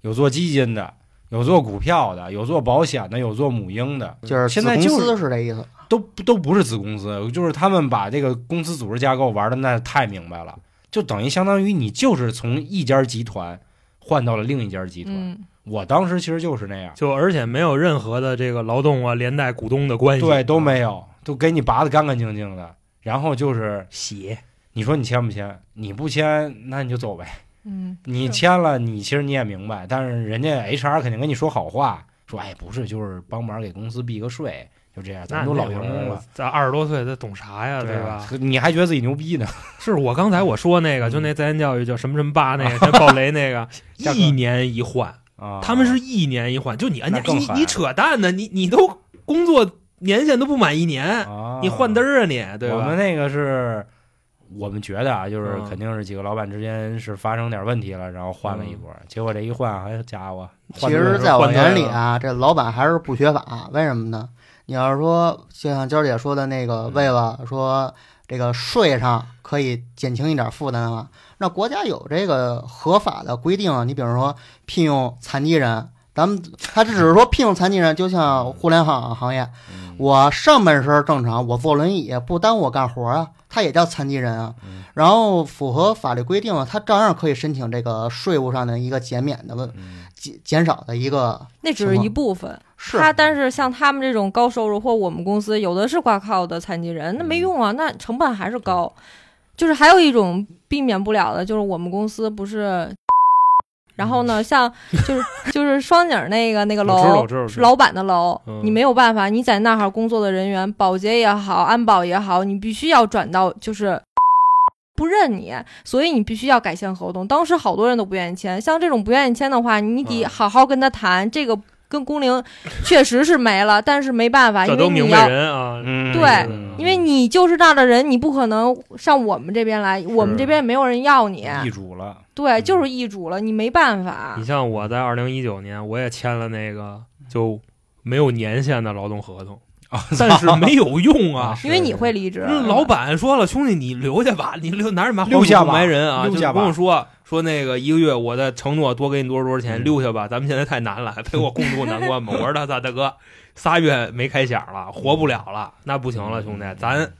有做基金的，有做股票的，有做保险的，有做母婴的，
就是
现在
子公
就是
司是这意思，
都都不是子公司，就是他们把这个公司组织架构玩的那太明白了，就等于相当于你就是从一家集团换到了另一家集团。
嗯，
我当时其实就是那样，
就而且没有任何的这个劳动啊连带股东的关系，
对，都没有，都给你拔得干干净净的，然后就是
写。
你说你签不签？你不签，那你就走呗。
嗯，
你
是
签了，你其实你也明白，但是人家 HR 肯定跟你说好话，说哎，不是，就是帮忙给公司避个税，就这样，咱们
那
都老员工了，，
咱二十多岁，他懂啥呀？对吧
啊？ 你还觉得自己牛逼呢？
是我刚才我说那个，
嗯
就那在线教育叫什么什么八那个，那暴雷 那个，
价格
一年一换，
啊，
他们是一年一换，就你 N 加
那更
一，
狠
你扯淡呢？你你都工作年限都不满一年，
啊，
你换嘚儿啊你，对
我
吧
们？那个是。我们觉得啊，就是
嗯
肯定是几个老板之间是发生点问题了，然后换了
嗯
一波，结果这一换，哎家伙，
其
换的
实，
是
在我
换到
眼
这
里
个
啊，这老板还是不学法。为什么呢？你要是说，就像娇姐说的那
嗯
个，为了说这个税上可以减轻一点负担的话，那国家有这个合法的规定啊。你比如说聘用残疾人，咱们他只是说聘用残疾人，就像互联网行业，
嗯
我上半身正常，我坐轮椅不耽误我干活啊，他也叫残疾人啊
嗯。
然后符合法律规定啊，他照样可以申请这个税务上的一个减免的问
嗯
减减少的一个
那只是一部分。
是
他但是像他们这种高收入或我们公司有的是挂靠的残疾人，那
嗯
没用啊，那 成本还是高。就是还有一种避免不了的，就是我们公司不是然后呢，像就是就是双井那个那个
我知道，
楼
我。知道，我知道。
老板的楼
嗯，
你没有办法，你在那儿工作的人员，保洁也好，安保也好，你必须要转到就是 不认你，所以你必须要改签合同。当时好多人都不愿意签，像这种不愿意签的话，你得
嗯
好好跟他谈。这个跟工龄 确实是没了，但是没办法，
这
因为
都
你
明
要
白人啊，
嗯
对
嗯
因为你就是那儿的人，你不可能上我们这边来，我们这边没有人要你，
嗯易主了，
对，就是易主了，你没办法
嗯你。像我在二零一九年，我也签了那个就没有年限的劳动合同，
哦
但是没有用啊。
因为你会离职，
那老板说了，兄弟，你留下吧，你留哪儿你妈
溜下吧
埋人啊！
溜
就
下吧
跟我说说那个一个月我的承诺多给你多少多少钱，
嗯
溜下吧，咱们现在太难了，陪我共度难关吧。我说大大大哥，仨月没开响了，活不了了，那不行了，
嗯
兄弟，咱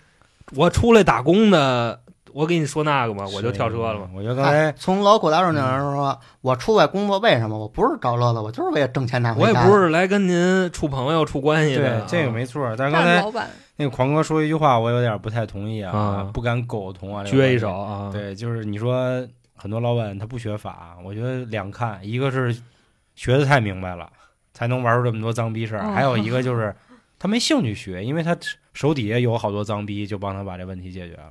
我出来打工的，我给你说那个嘛，我就跳车了嘛。
嘛。我觉得刚
哎
才，
从老古大众角度来说，我出外工作为什么？我不是找乐子，我就是为了挣钱拿
我
回
也
家。
不，是来跟您处朋友、处关系的
啊对
啊，
这个没错儿，但是刚
让
才
老板
那个狂哥说一句话，我有点不太同意
啊
啊，不敢苟同啊，
撅一
手。
手啊。
对，就是你说很多老板他不学法，我觉得两看，一个是学的太明白了，才能玩出这么多脏逼事儿；
哦
还有一个就是他没兴趣学，因为他手底下有好多脏逼，就帮他把这问题解决了。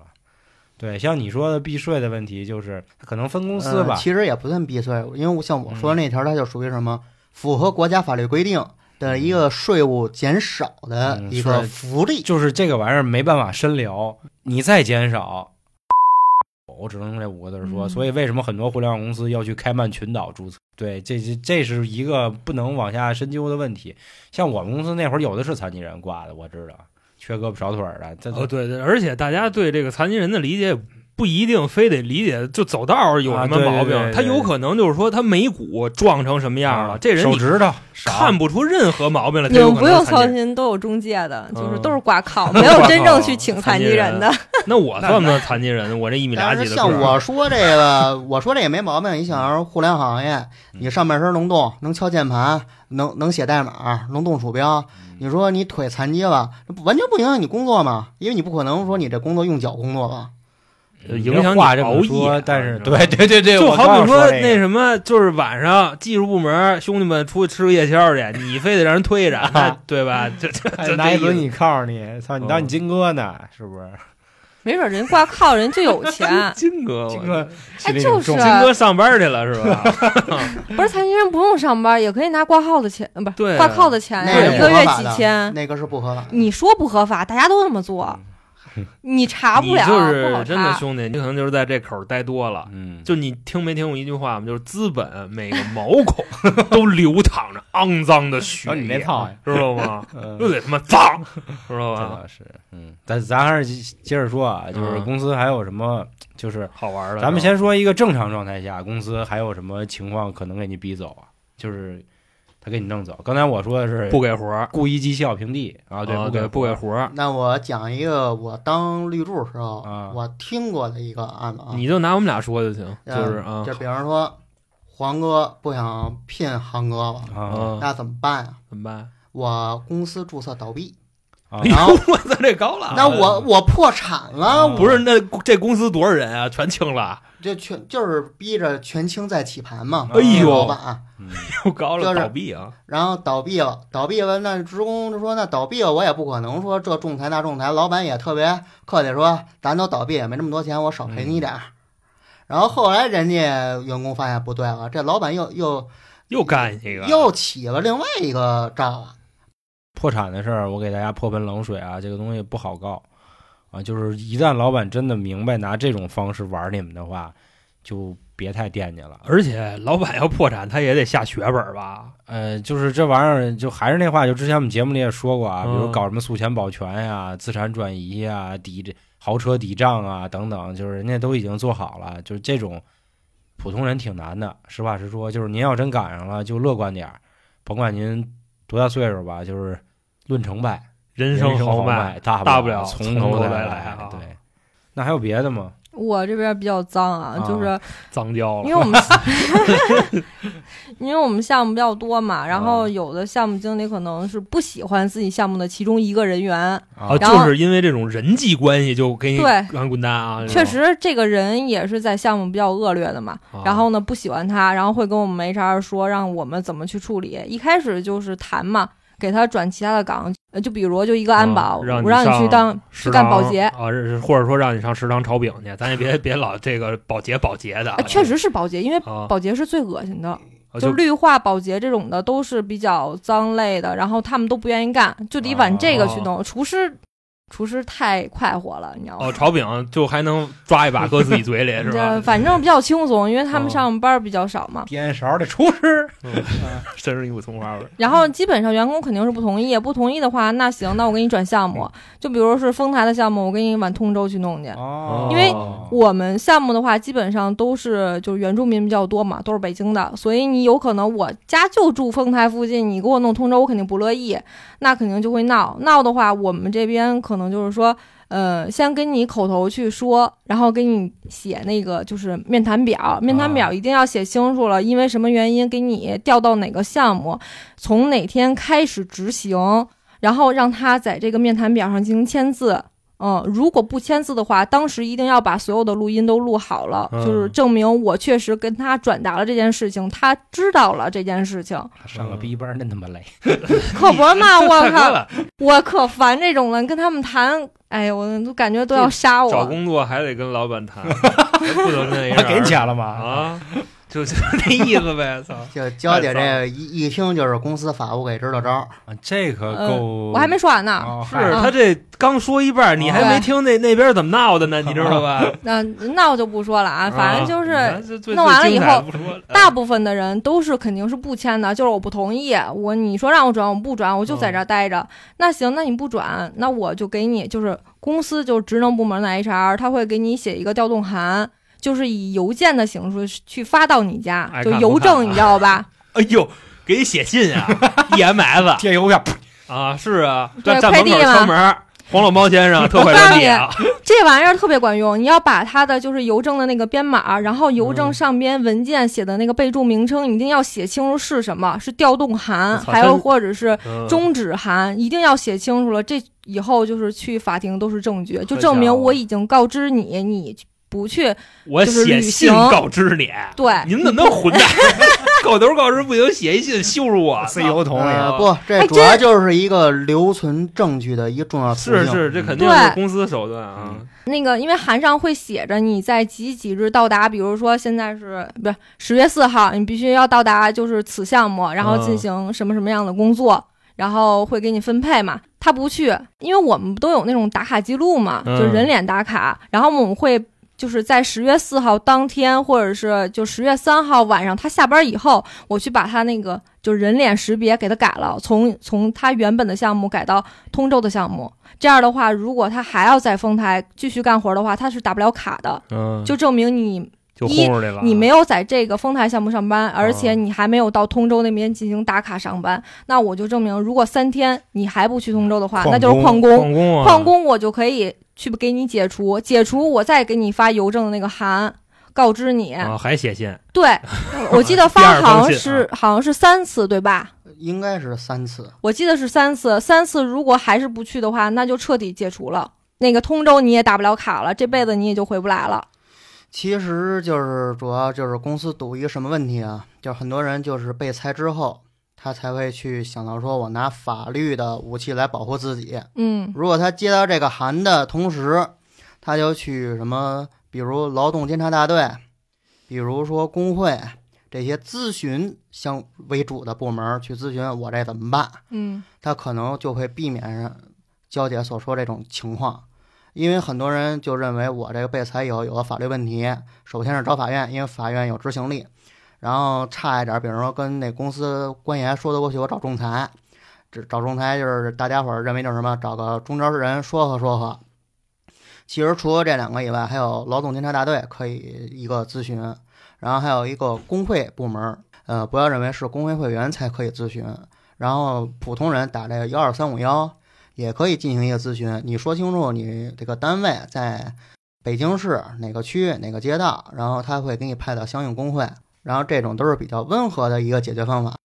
对，像你说的避税的问题，就是他可能分公司
呃
吧，
呃其实也不算避税，因为像我说那条，它就属于什么符合国家法律规定的一个税务减少的
嗯
一个
是
福利。
就是这个玩意儿没办法深聊，你再减少。我只能用这五个字儿说，
嗯
所以为什么很多互联网公司要去开曼群岛注册？对，这这这是一个不能往下深究的问题。像我们公司那会儿，有的是残疾人挂的，我知道，缺胳膊少腿儿的，这
哦，对对，而且大家对这个残疾人的理解不一定非得理解就走道儿有什么毛病，
啊对对对对啊
他有可能就是说他眉骨撞成什么样了，这人
手
你
指头
看不出任何毛病来。
你
他有
们
可
不
能
用
是残
操
疾人，
心，都有中介的，就是
嗯
都是 挂靠，没有真正去请残疾人的。
那我算不算残疾人？我这一米俩
但
几
是
的个
像
儿，
我说这个，我说这也没毛病。你想，互联网行业，你上半身能动，能敲键盘，能能写代码，能动鼠标。你说你腿残疾了，那不完全不影响你工作嘛？因为你不可能说你这工作用脚工作吧？
呃影响你
话这
熬
么说
夜。啊
但是
你知 道吗
对对对对，
就
我
好
刚
比
要说
那
那
什么，就是晚上技术部门兄弟们出去吃个夜宵去，你非得让人推着，那 对吧？这这这哦
个，拿哎一
这
轮
意思，
椅靠你，操你当你金哥呢？是不是？
没准人挂靠人就有钱
金哥，
金
我
哥心里
就
有
是
重，
金哥上班去了是吧？
不是残疾人不用上班也可以拿挂号的钱，呃不
对
是挂靠的钱
那
呀，一
个是
个
不
月
合法的
几千。
那个是不合法的。
你说不合法，大家都这么做，你查不
嗯你
了，
就是
不好
真的
查。
兄弟，你可能就是在这口儿待多了。
嗯，
就你听没听过一句话吗？就是资本每个毛孔都流淌着肮脏的血
瞧哦你那
液，
套呀，
知道吗？
嗯
又得他妈脏，知道
这
吧？
倒是，嗯，但咱还是接着说啊，就是
嗯
公司还有什么，就是
好玩儿了。
咱们
是吧
先说一个正常状态下，公司还有什么情况可能给你逼走啊？就是他给你弄走。刚才我说的是
不给活儿
故意绩效平地啊，对，
啊
不给
不给活儿，
那我讲一个我当绿柱时候、
啊
我听过的一个案子啊，
你就拿我们俩说就行，
嗯
就是啊
就比方说黄哥不想聘航哥了，
啊
啊，
那怎么办呀、
怎么办？
我公司注册倒闭，
啊
哎！呦， 我操，这高了！啊
那我我破产了，我
不是那这公司多少人啊？全清了，
这全就是逼着全清再起盘嘛，
哎呦
老板，
嗯
又高了，
就是
倒闭啊！
然后倒闭了，倒闭了，那职工就说那倒闭了，我也不可能说这仲裁那仲裁，老板也特别客气说，咱都倒闭也没这么多钱，我少赔你点
嗯
儿。然后后来人家员工发现不对了，这老板又又
又干一个，
又起了另外一个啊账了。
破产的事儿，我给大家泼盆冷水啊，这个东西不好告啊。就是一旦老板真的明白拿这种方式玩你们的话，就别太惦记了。
而且老板要破产，他也得下血本儿吧？
呃，就是这玩意儿，就还是那话，就之前我们节目里也说过啊，比如
嗯
搞什么诉前保全呀、资产转移呀、抵这豪车抵账啊等等，就是人家都已经做好了，就是这种普通人挺难的。实话实说，就是您要真赶上了，就乐观点儿，甭管您多大岁数吧，就是论成败，
人
人
生
生
豪迈，
迈，大
大
不
不了
从
从头
头
再
再
来啊
对，那还有别的吗？
我这边比较脏啊，
啊
就是
脏交了。
因为 我们因为我们项目比较多嘛，然
啊
后有的项目经理可能是不喜欢自己项目的其中一个人员，
啊，
然后
就是因为这种人际关系就给你
对
让人滚蛋啊！这种
确，实这个人也是在项目比较恶劣的嘛，
啊
然后呢不喜欢他，然后会跟我们 HR 说让我们怎么去处理。一开始就是谈嘛，给他转其他的岗，呃就比如就一个安保，
啊让你
我让你去
上
当去
食
干
堂
保洁。
啊，是是或者说让你上食堂炒饼去，咱也别别老这个保洁保洁的啊
啊，，确实是保洁，因为
啊，
保洁是最恶心的，
啊
就
就
绿化、保洁这种的都是比较脏类的，然后他们都不愿意干，就得往这
啊
个去弄。厨师，厨师太快活了，你知道吗
哦，？炒饼就还能抓一把搁自己 嘴里是吧
这？反正比较轻松，因为他们
哦
上班比较少嘛。
颠勺的厨师，
真是一股葱花味儿。
然后基本上员工肯定是不同意，不同意的话，那行，那我给你转项目，就比如是丰台的项目，我给你往通州去弄去。
哦
因为
啊
我们项目的话，基本上都是就是原住民比较多嘛，都是北京的，所以你有可能我家就住丰台附近，你给我弄通州，我肯定不乐意，那肯定就会闹。闹的话，我们这边可能就是说，呃，先跟你口头去说，然后给你写那个就是面谈表，面谈表一定要写清楚了，因为什么原因给你调到哪个项目，从哪天开始执行，然后让他在这个面谈表上进行签字。嗯，如果不签字的话，当时一定要把所有的录音都录好了，
嗯
就是证明我确实跟他转达了这件事情，他知道了这件事 情。
上
嗯
个逼班真他妈累，
可不是嘛，我
大哥
靠，
了，
我可烦这种了，跟他们谈，哎呀，我都感觉都要杀
找
我。
工作还得跟老板谈， 不能 那样。
了吗？
啊，就就那意思呗，操！
就娇姐
太脏
这一一听就是公司法务给支的招儿，
啊这可
呃
够，
我还没说完呢，
哦
是
嗨
他这刚说一半，你还没听那那边怎么闹的呢，你知道吧？
那那我就不说了啊，反正就是。
是
弄完了以后，
最最精彩的不说了
大部分的人都是肯定是不签的，就是我不同意，我你说让我转，我不转，我就在这儿
嗯
待着。那行，那你不转，那我就给你，就是公司就是职能部门的 HR，他会给你写一个调动函，就是以邮件的形式去发到你家
爱，
就
看不
邮
看
政，
啊
你知道吧？
哎呦，给你写信啊，EMS
贴邮票，
啊，是啊，
对
站站
快
门
递
口
嘛
敲门儿，黄老猫先 生特快
告诉
专
你
递啊，
这玩意儿特别管用，你要把它的就是邮政的那个编码，然后邮
嗯
政上边文件写的那个备注名称，一定要写清楚是什么，是调动函，
我操
还有
真
或者是
嗯
终止函，一定要写清楚了。这以后就是去法庭都是证据，就证明
家伙
我已经告知你，你不去
我
就是
写
旅
信
行哎
告知你，
对。
您怎么那么混蛋？ 口头告知不行，写一信羞辱我。
塞油桶
啊
里，
呃，不，这
哎
主要
真
就是一个留存证据的一个重要途径。
是是，这肯定
对
是公司手段啊！
那个，因为函上会写着你在几几日到达，比如说现在是不是十月四号，你必须要到达就是此项目，然后进行什么什么样的工作，然后会给你分配嘛。他不去，因为我们不都有那种打卡记录嘛，
嗯
就是人脸打卡，然后我们会。就是在十月四号当天，或者是就十月三号晚上，他下班以后，我去把他那个就是人脸识别给他改了，从从他原本的项目改到通州的项目。这样的话，如果他还要在丰台继续干活的话，他是打不了卡的，
嗯，
就证明你
就
一
轰出来了。
你没有在这个丰台项目上
啊
班，而且你还没有到通州那边进行打卡上班。那我就证明，如果三天你还不去通州的话，
旷工
那就是旷工。
旷工啊，
旷工我就可以去给你解除，解除我再给你发邮政的那个函。告知你，
啊，还写信，
对我记得
第
发
二封
好像
信啊
是好像是三次，对吧？
应该是三次。
我记得是三次，三次如果还是不去的话，那就彻底解除了。那个通州你也打不了卡了，这辈子你也就回不来了。
其实就是主要就是公司赌一个什么问题啊？就是很多人就是被裁之后，他才会去想到说我拿法律的武器来保护自己。
嗯，
如果他接到这个函的同时，他就去什么，比如劳动监察大队，比如说工会这些咨询相为主的部门去咨询我这怎么办，
嗯，
他可能就会避免娇姐所说这种情况。因为很多人就认为我这个被裁以后有个法律问题，首先是找法院，因为法院有执行力，然后差一点，比如说跟那公司官员说得过去，我找仲裁，这找仲裁就是大家伙儿认为就是什么，找个中间人说和说和。其实除了这两个以外，还有劳动监察大队可以一个咨询，然后还有一个工会部门儿，呃，不要认为是工会会员才可以咨询，然后普通人打这个幺二三五幺也可以进行一个咨询。你说清楚你这个单位在北京市哪个区哪个街道，然后他会给你派到相应工会，然后这种都是比较温和的一个解决方法。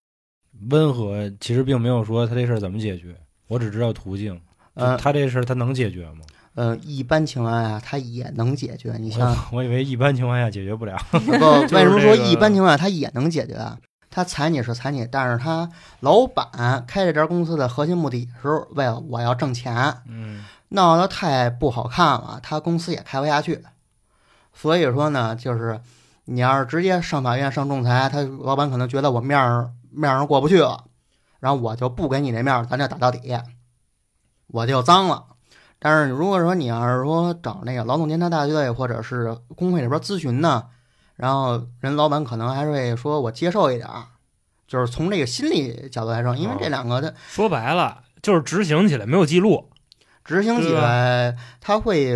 温和其实并没有说他这事儿怎么解决，我只知道途径。
呃
就他这事儿他能解决吗？
呃，一般情况下它也能解决。你像
我 我以为一般情况下解决不了。
不，为什么说
这个
一般情况下它也能解决啊？他裁你是裁你，但是他老板开这家公司的核心目的是为了我要挣钱，
嗯，
闹得太不好看了，他公司也开不下去。所以说呢，就是你要是直接上法院上仲裁，他老板可能觉得我面儿面儿上过不去了，然后我就不给你这面儿，咱就打到底，我就脏了。但是如果说你要是说找那个劳动监察大队或者是工会里边咨询呢，然后人老板可能还会说我接受一点儿，就是从这个心理角度来说，因为这两个的
说白了就是执行起来没有记录，
执行起
对吧啊
来，它会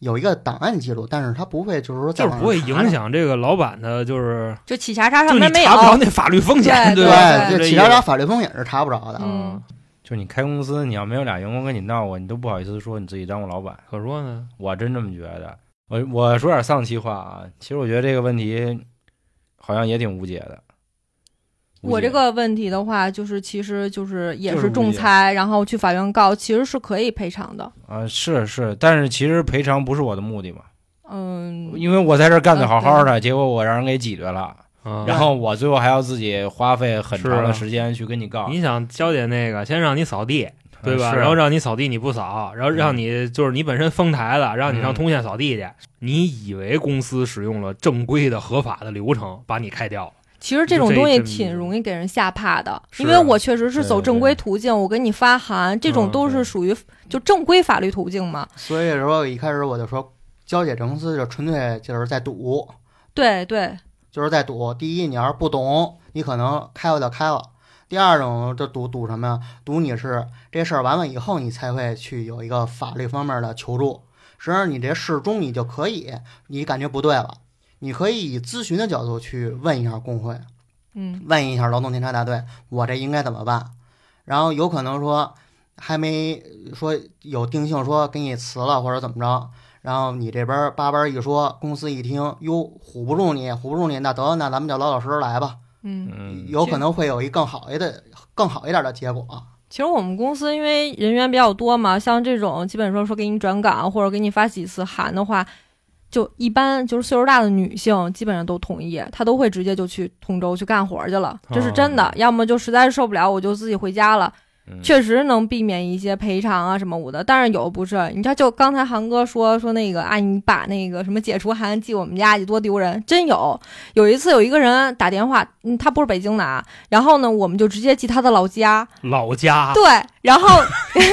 有一个档案记录，但是它不会就是说在
就是
网
不会
上查
影响这个老板的，就是
就企查查
就
上
你
面没有
查不，着那法律风险，
对
吧？
对，
就
这
这
起
意思
查查法律风险是查不着的。
啊
啊
嗯，
就你开公司，你要没有俩员工跟你闹过，你都不好意思说你自己当过老板。
可说呢，
我真这么觉得。我我说点丧气话啊，其实我觉得这个问题好像也挺无解的。无
我
解
这个问题的话，就是其实就是也
就是
是仲
物业
裁，然后去法院告，其实是可以赔偿的。
啊是是，但是其实赔偿不是我的目的嘛，
嗯，
因为我在这儿干的
啊
好好的，结果我让人给挤兑了，
啊
然后我最后还要自己花费很
是
长
啊
的时间去跟你告，
你想交姐那个，先让你扫地，对吧？
是
然后让你扫地你不扫，然后让你就是你本身封台了，让你上
嗯
通县扫地去，你以为公司使用了正规的合法的流程把你开掉了，
其实这种
这
东西
这
挺容易给人吓怕的，
是
因为我确实是
对
走
对
正规
对
途径，我给你发函，这种
嗯
都
对
是属于就正规法律途径嘛。
所以说一开始我就说，交姐这公司就纯粹就是在赌，
对对，
就是在赌。第一，你要是不懂，你可能开了就开了；第二种就赌赌什么呀？赌你是这事儿完了以后，你才会去有一个法律方面的求助。实际上，你这事中你就可以，你感觉不对了，你可以以咨询的角度去问一下工会。
嗯，
问一下劳动监察大队，我这应该怎么办？然后有可能说还没说有定性，说给你辞了或者怎么着，然后你这边叭叭一说，公司一听哟唬不住你，唬不住你，那得那咱们就老老实实来吧，
嗯，
嗯，
有可能会有一更好一的、更好一点的结果。
其实我们公司因为人员比较多嘛，像这种基本说说给你转岗或者给你发几次函的话，就一般就是岁数大的女性基本上都同意，她都会直接就去通州去干活去了，这是真的。要么就实在是受不了，我就自己回家了。
嗯
确实能避免一些赔偿啊什么的，但是有的不是，你知道就刚才韩哥说说那个，啊，你把那个什么解除函寄我们家去，多丢人，真有。有一次有一个人打电话，嗯，他不是北京的啊，然后呢，我们就直接寄他的老家，
老家
对，然后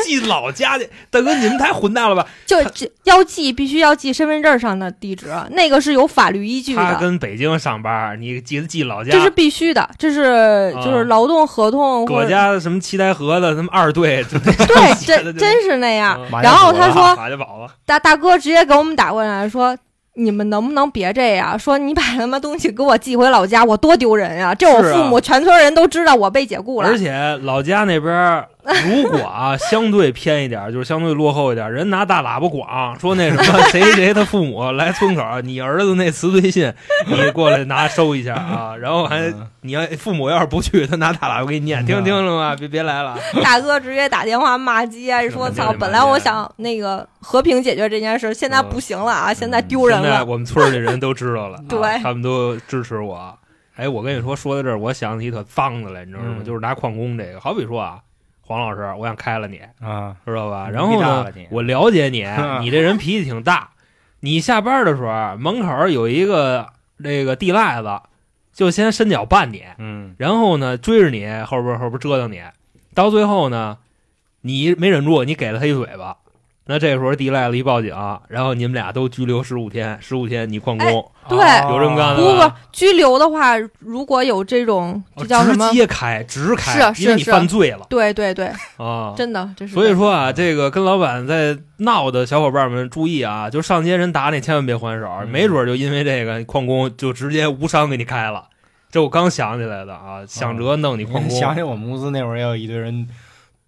寄老家去，大哥你们太混 蛋了吧？
就只要寄必须要寄身份证上的地址，那个是有法律依据
他
的，
跟北京上班，你寄寄老家
这，是必须的，这是就是劳动合同或
葛
者
家什么七台河的什么二队，就这
对，
写的
真
就
真是那样。
嗯
马
然后
家堡
他
啊
说，
马家堡啊，
大大哥直接给我们打过来说。你们能不能别这样？说你把他妈东西给我寄回老家，我多丢人呀、这我
是啊
父母、全村人都知道我被解雇了。
而且老家那边儿如果啊相对偏一点儿，就是相对落后一点儿，人拿大喇叭广说那什么谁谁他父母来村口儿，你儿子那辞退信你过来拿收一下啊，然后还
嗯
你要父母要是不去，他拿大喇叭给你念，听听了吗？别别来了，
大哥直接打电话骂街，说：“
是
操！
骂街嗯
本来我想那个和平解决这件事，现在不行了啊，现在丢人
现在
了。
我们村儿里人都知道了，啊
对
他们都支持我。哎，我跟你说，说到这儿，我想起一特脏的来，你知道吗？
嗯
就是拿矿工这个，好比说啊，黄老师，我想开了你，
啊，
知道吧？
你
然后
逼大
呢
了你，，
我了解你 你这人脾气挺大。你下班的时候，门口有一个这个地赖子，就先伸脚绊你，
嗯
然后呢追着你后边后边折腾你，到最后呢，你没忍住，你给了他一嘴巴。那这时候地赖子一报警，然后你们俩都拘留十五天，十五天你旷工，
对
哦
有这么干
不
的
不
吗
不，拘留的话，如果有这种这叫什么
哦直？接开，直开，
是啊
因为你
是是
犯罪了
对对对，
啊！
真的，这 是
所以说啊，这个跟老板在闹的小伙伴们注意啊，就上街人打你，千万别还手，
嗯
没准就因为这个旷工就直接无伤给你开了。这我刚想起来的啊，想着弄你旷
哦 你想
工，
起我们公司那会儿也有一堆人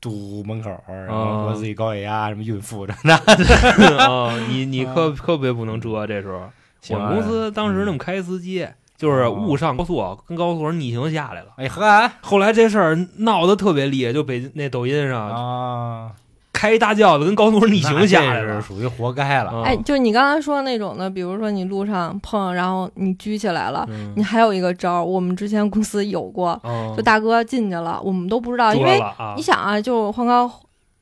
堵门口儿，然后说
啊
自己高血压、什么孕妇这那。
啊， 你你
哦
可可别不能折，这时候我们公司当时那么开司机，就是
哦
误上高速，啊跟高速上逆行下来了。
哎呵
后来这事儿闹得特别厉害，就北京那抖音上
啊，
开一大轿子跟高速上逆行下来
那这是
了。
属于活该了。
啊
哎，，就你刚才说那种的，比如说你路上碰，然后你拘起来了，
嗯
你还有一个招儿，我们之前公司有过，
哦
就大哥进去了，我们都不知道，因
捉
为
了啊
你想啊，就黄高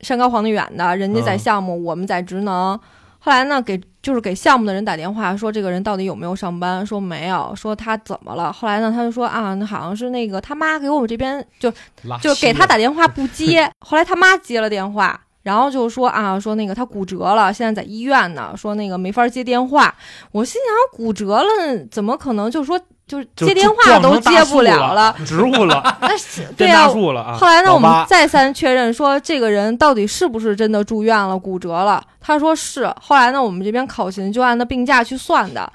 山高皇帝远的，人家在
嗯
项目，我们在职能。后来呢，给就是给项目的人打电话说这个人到底有没有上班，说没有，说他怎么了。后来呢，他就说啊，那好像是那个他妈给我们这边就
拉
啊
就给
稀
他打电话不 接，后来他妈接了电话，然后就说啊，说那个他骨折了，现在在医院呢，说那个没法接电话。我心想骨折了，怎么可能就说就是
就
接电话
撞
都
成大
接
树
不了
了
了？
植物 了，
那是对
变
呀、
大树了啊
后来呢，
老
我们
八
再三确认说这个人到底是不是真的住院了、骨折了？他说是。后来呢，我们这边考勤就按他病假去算的。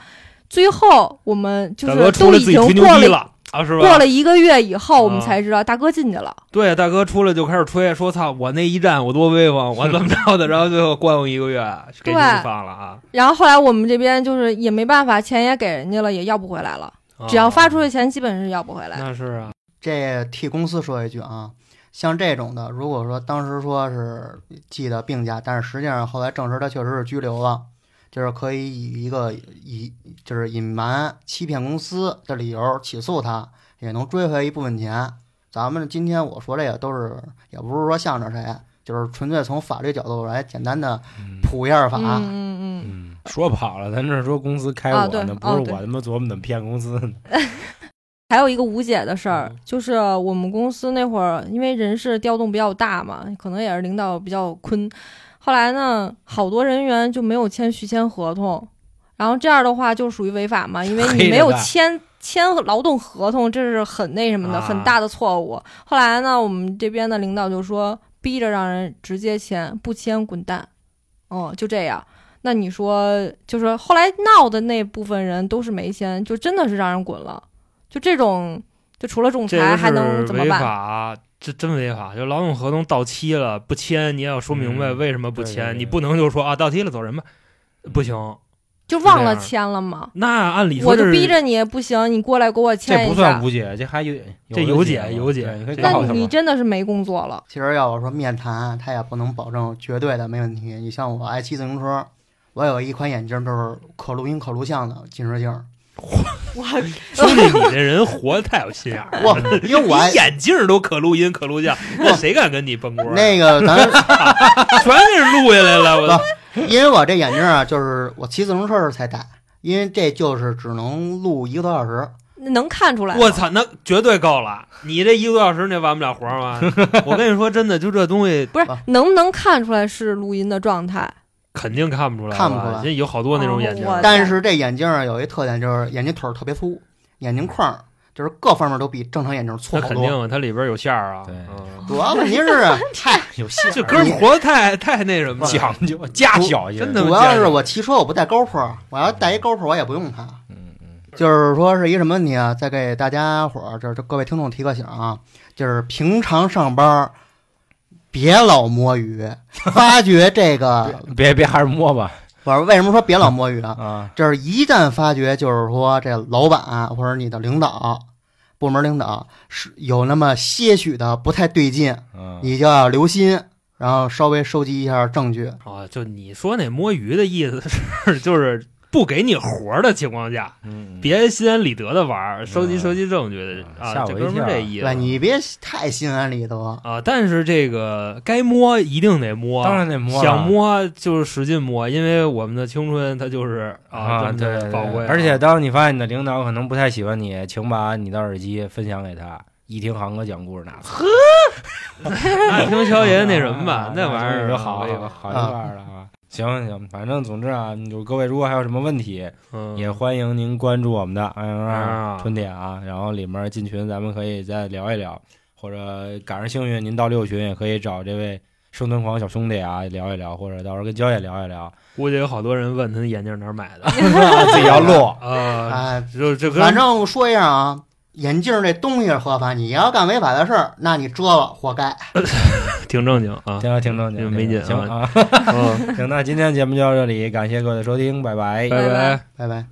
最后我们就
大
是
哥出
都
来
已
自己
经
吹牛
过
逼
了
了啊，是吧？
过了一个月以后，我们
啊
才知道大哥进去了。
对，大哥出来就开始吹，说操，我那一战我多威风，我怎么着的，然后最后关我一个月，给你
对
放了啊。
然后后来我们这边就是也没办法，钱也给人家了，也要不回来了。
啊
只要发出
去，
去钱，基本是要不回来。
那是啊，
这替公司说一句啊，像这种的，如果说当时说是记的病假，但是实际上后来证实他确实是拘留了，就是可以以一个以就是隐瞒、欺骗公司的理由起诉他，也能追回一部分钱。咱们今天我说这个都是，也不是说向着谁，就是纯粹从法律角度来简单的普一下法。啊
嗯嗯
嗯，说跑了，咱这说公司开
啊
我
对
呢，
哦
不是
对
我他妈琢磨怎么骗公司呢。
还有一个无解的事儿，就是我们公司那会儿，因为人事调动比较大嘛，可能也是领导比较坤。后来呢，好多人员就没有签续签合同，然后这样的话就属于违法嘛，因为
黑
你
着
没有
干
签签劳动合同，这是很那什么的，
啊
很大的错误。后来呢，我们这边的领导就说，逼着让人直接签，不签滚蛋。哦、就这样。那你说，就是后来闹的那部分人都是没签，就真的是让人滚了。就这种，就除了仲
这
裁
个
还能
是
怎么
违
办？
法，这真违法。就劳动合同到期了不签，你也要说明白
嗯
为什么不
对对
签，
对
你不能就说啊到期了走人吧，不行。
就忘了
是这样
签了吗？
那按理
我
说
就是逼着你不行，你过来给 我
这
签
不
一
算
下。
无解，这还有
这
有
有
的
解
嘛
有解
对你可以
这
那
告
是
他
你
嘛。
真的是没工作了。
其实要我说面谈，它也不能保证绝对的没问题。你像我爱骑自行车，我有一款眼镜就是可录音可录像的 近视镜儿，
我
兄弟，你这人活得太有心眼儿了。
我因为我爱
你眼镜儿都可录音可录像，那谁敢跟你蹦锅啊？
那个咱
全给人录下来了，我
因为我这眼镜啊，就是我骑自行车时才戴，因为这就是只能录一个多小时。
能看出来吗。
我操，那绝对够了！你这一个多小时，那完不了活儿吗？ 我跟你说，真的，就这东西
不是
啊
能不能看出来是录音的状态？
肯定看不出来吧，
看不出来
现在有好多那种眼镜儿，
哦我
但是这眼镜啊有一特点，就是眼睛腿儿特别粗，眼睛框儿就是各方面都比正常眼镜粗
那
好
肯
多。
定它里边有馅儿啊。
对
嗯
主要问题是，啊嗨，
有戏
这哥们儿活得太太那什么了，
讲究加小心，
真的
主要是我骑车我不带高坡儿，我要带一高坡儿我也不用它。
嗯嗯，
就是说是一什么问题啊？再给大家伙儿，就是各位听众提个醒啊，就是平常上班儿别老摸鱼，发觉 这个
别别还是摸吧
不是为什么说别老摸鱼啊？
啊，
就是一旦发觉，就是说这老板啊、或者你的领导、部门领导是有那么些许的不太对劲，
嗯
你就要留心，然后稍微收集一下证据。
啊，就你说那摸鱼的意思是， 就是不给你活儿的情况下，
嗯，
别心安理得的玩儿，收集
嗯
收集证据
啊
啊，
吓我
这
一
哥们
跳
儿这意思。
对，哎你别太心安理得。
啊，但是这个该摸一定得摸，
当然得摸了，
想摸就是使劲摸，因为我们的青春它就是
啊，
真
对
的
对
宝贵
对，
啊。
而且当你发现你的领导可能不太喜欢你，请把你的耳机分享给他，一听航哥讲故 事呢，
那听萧爷那什么
啊
吧，那玩意
就
儿
就
啊
好
我也
好一半了啊。行行，反正总之啊，有各位如果还有什么问题，
嗯
也欢迎您关注我们的 INR
啊
春点啊，然后里面进群咱们可以再聊一聊，或者赶上幸运您到六群也可以找这位生存狂小兄弟啊聊一聊，或者到时候跟焦姐聊一聊，
估计有好多人 问他眼镜哪儿买的
自己要录。
啊，
哎，
就这跟
反正说一下啊，眼镜这东西是合法，你要干违法的事儿，那你折了，活该。
挺正经啊。
行了，听众，
这没劲
行
啊
啊，
嗯
行，那今天节目就到这里，感谢各位的收听，拜拜。
拜
拜拜
拜拜。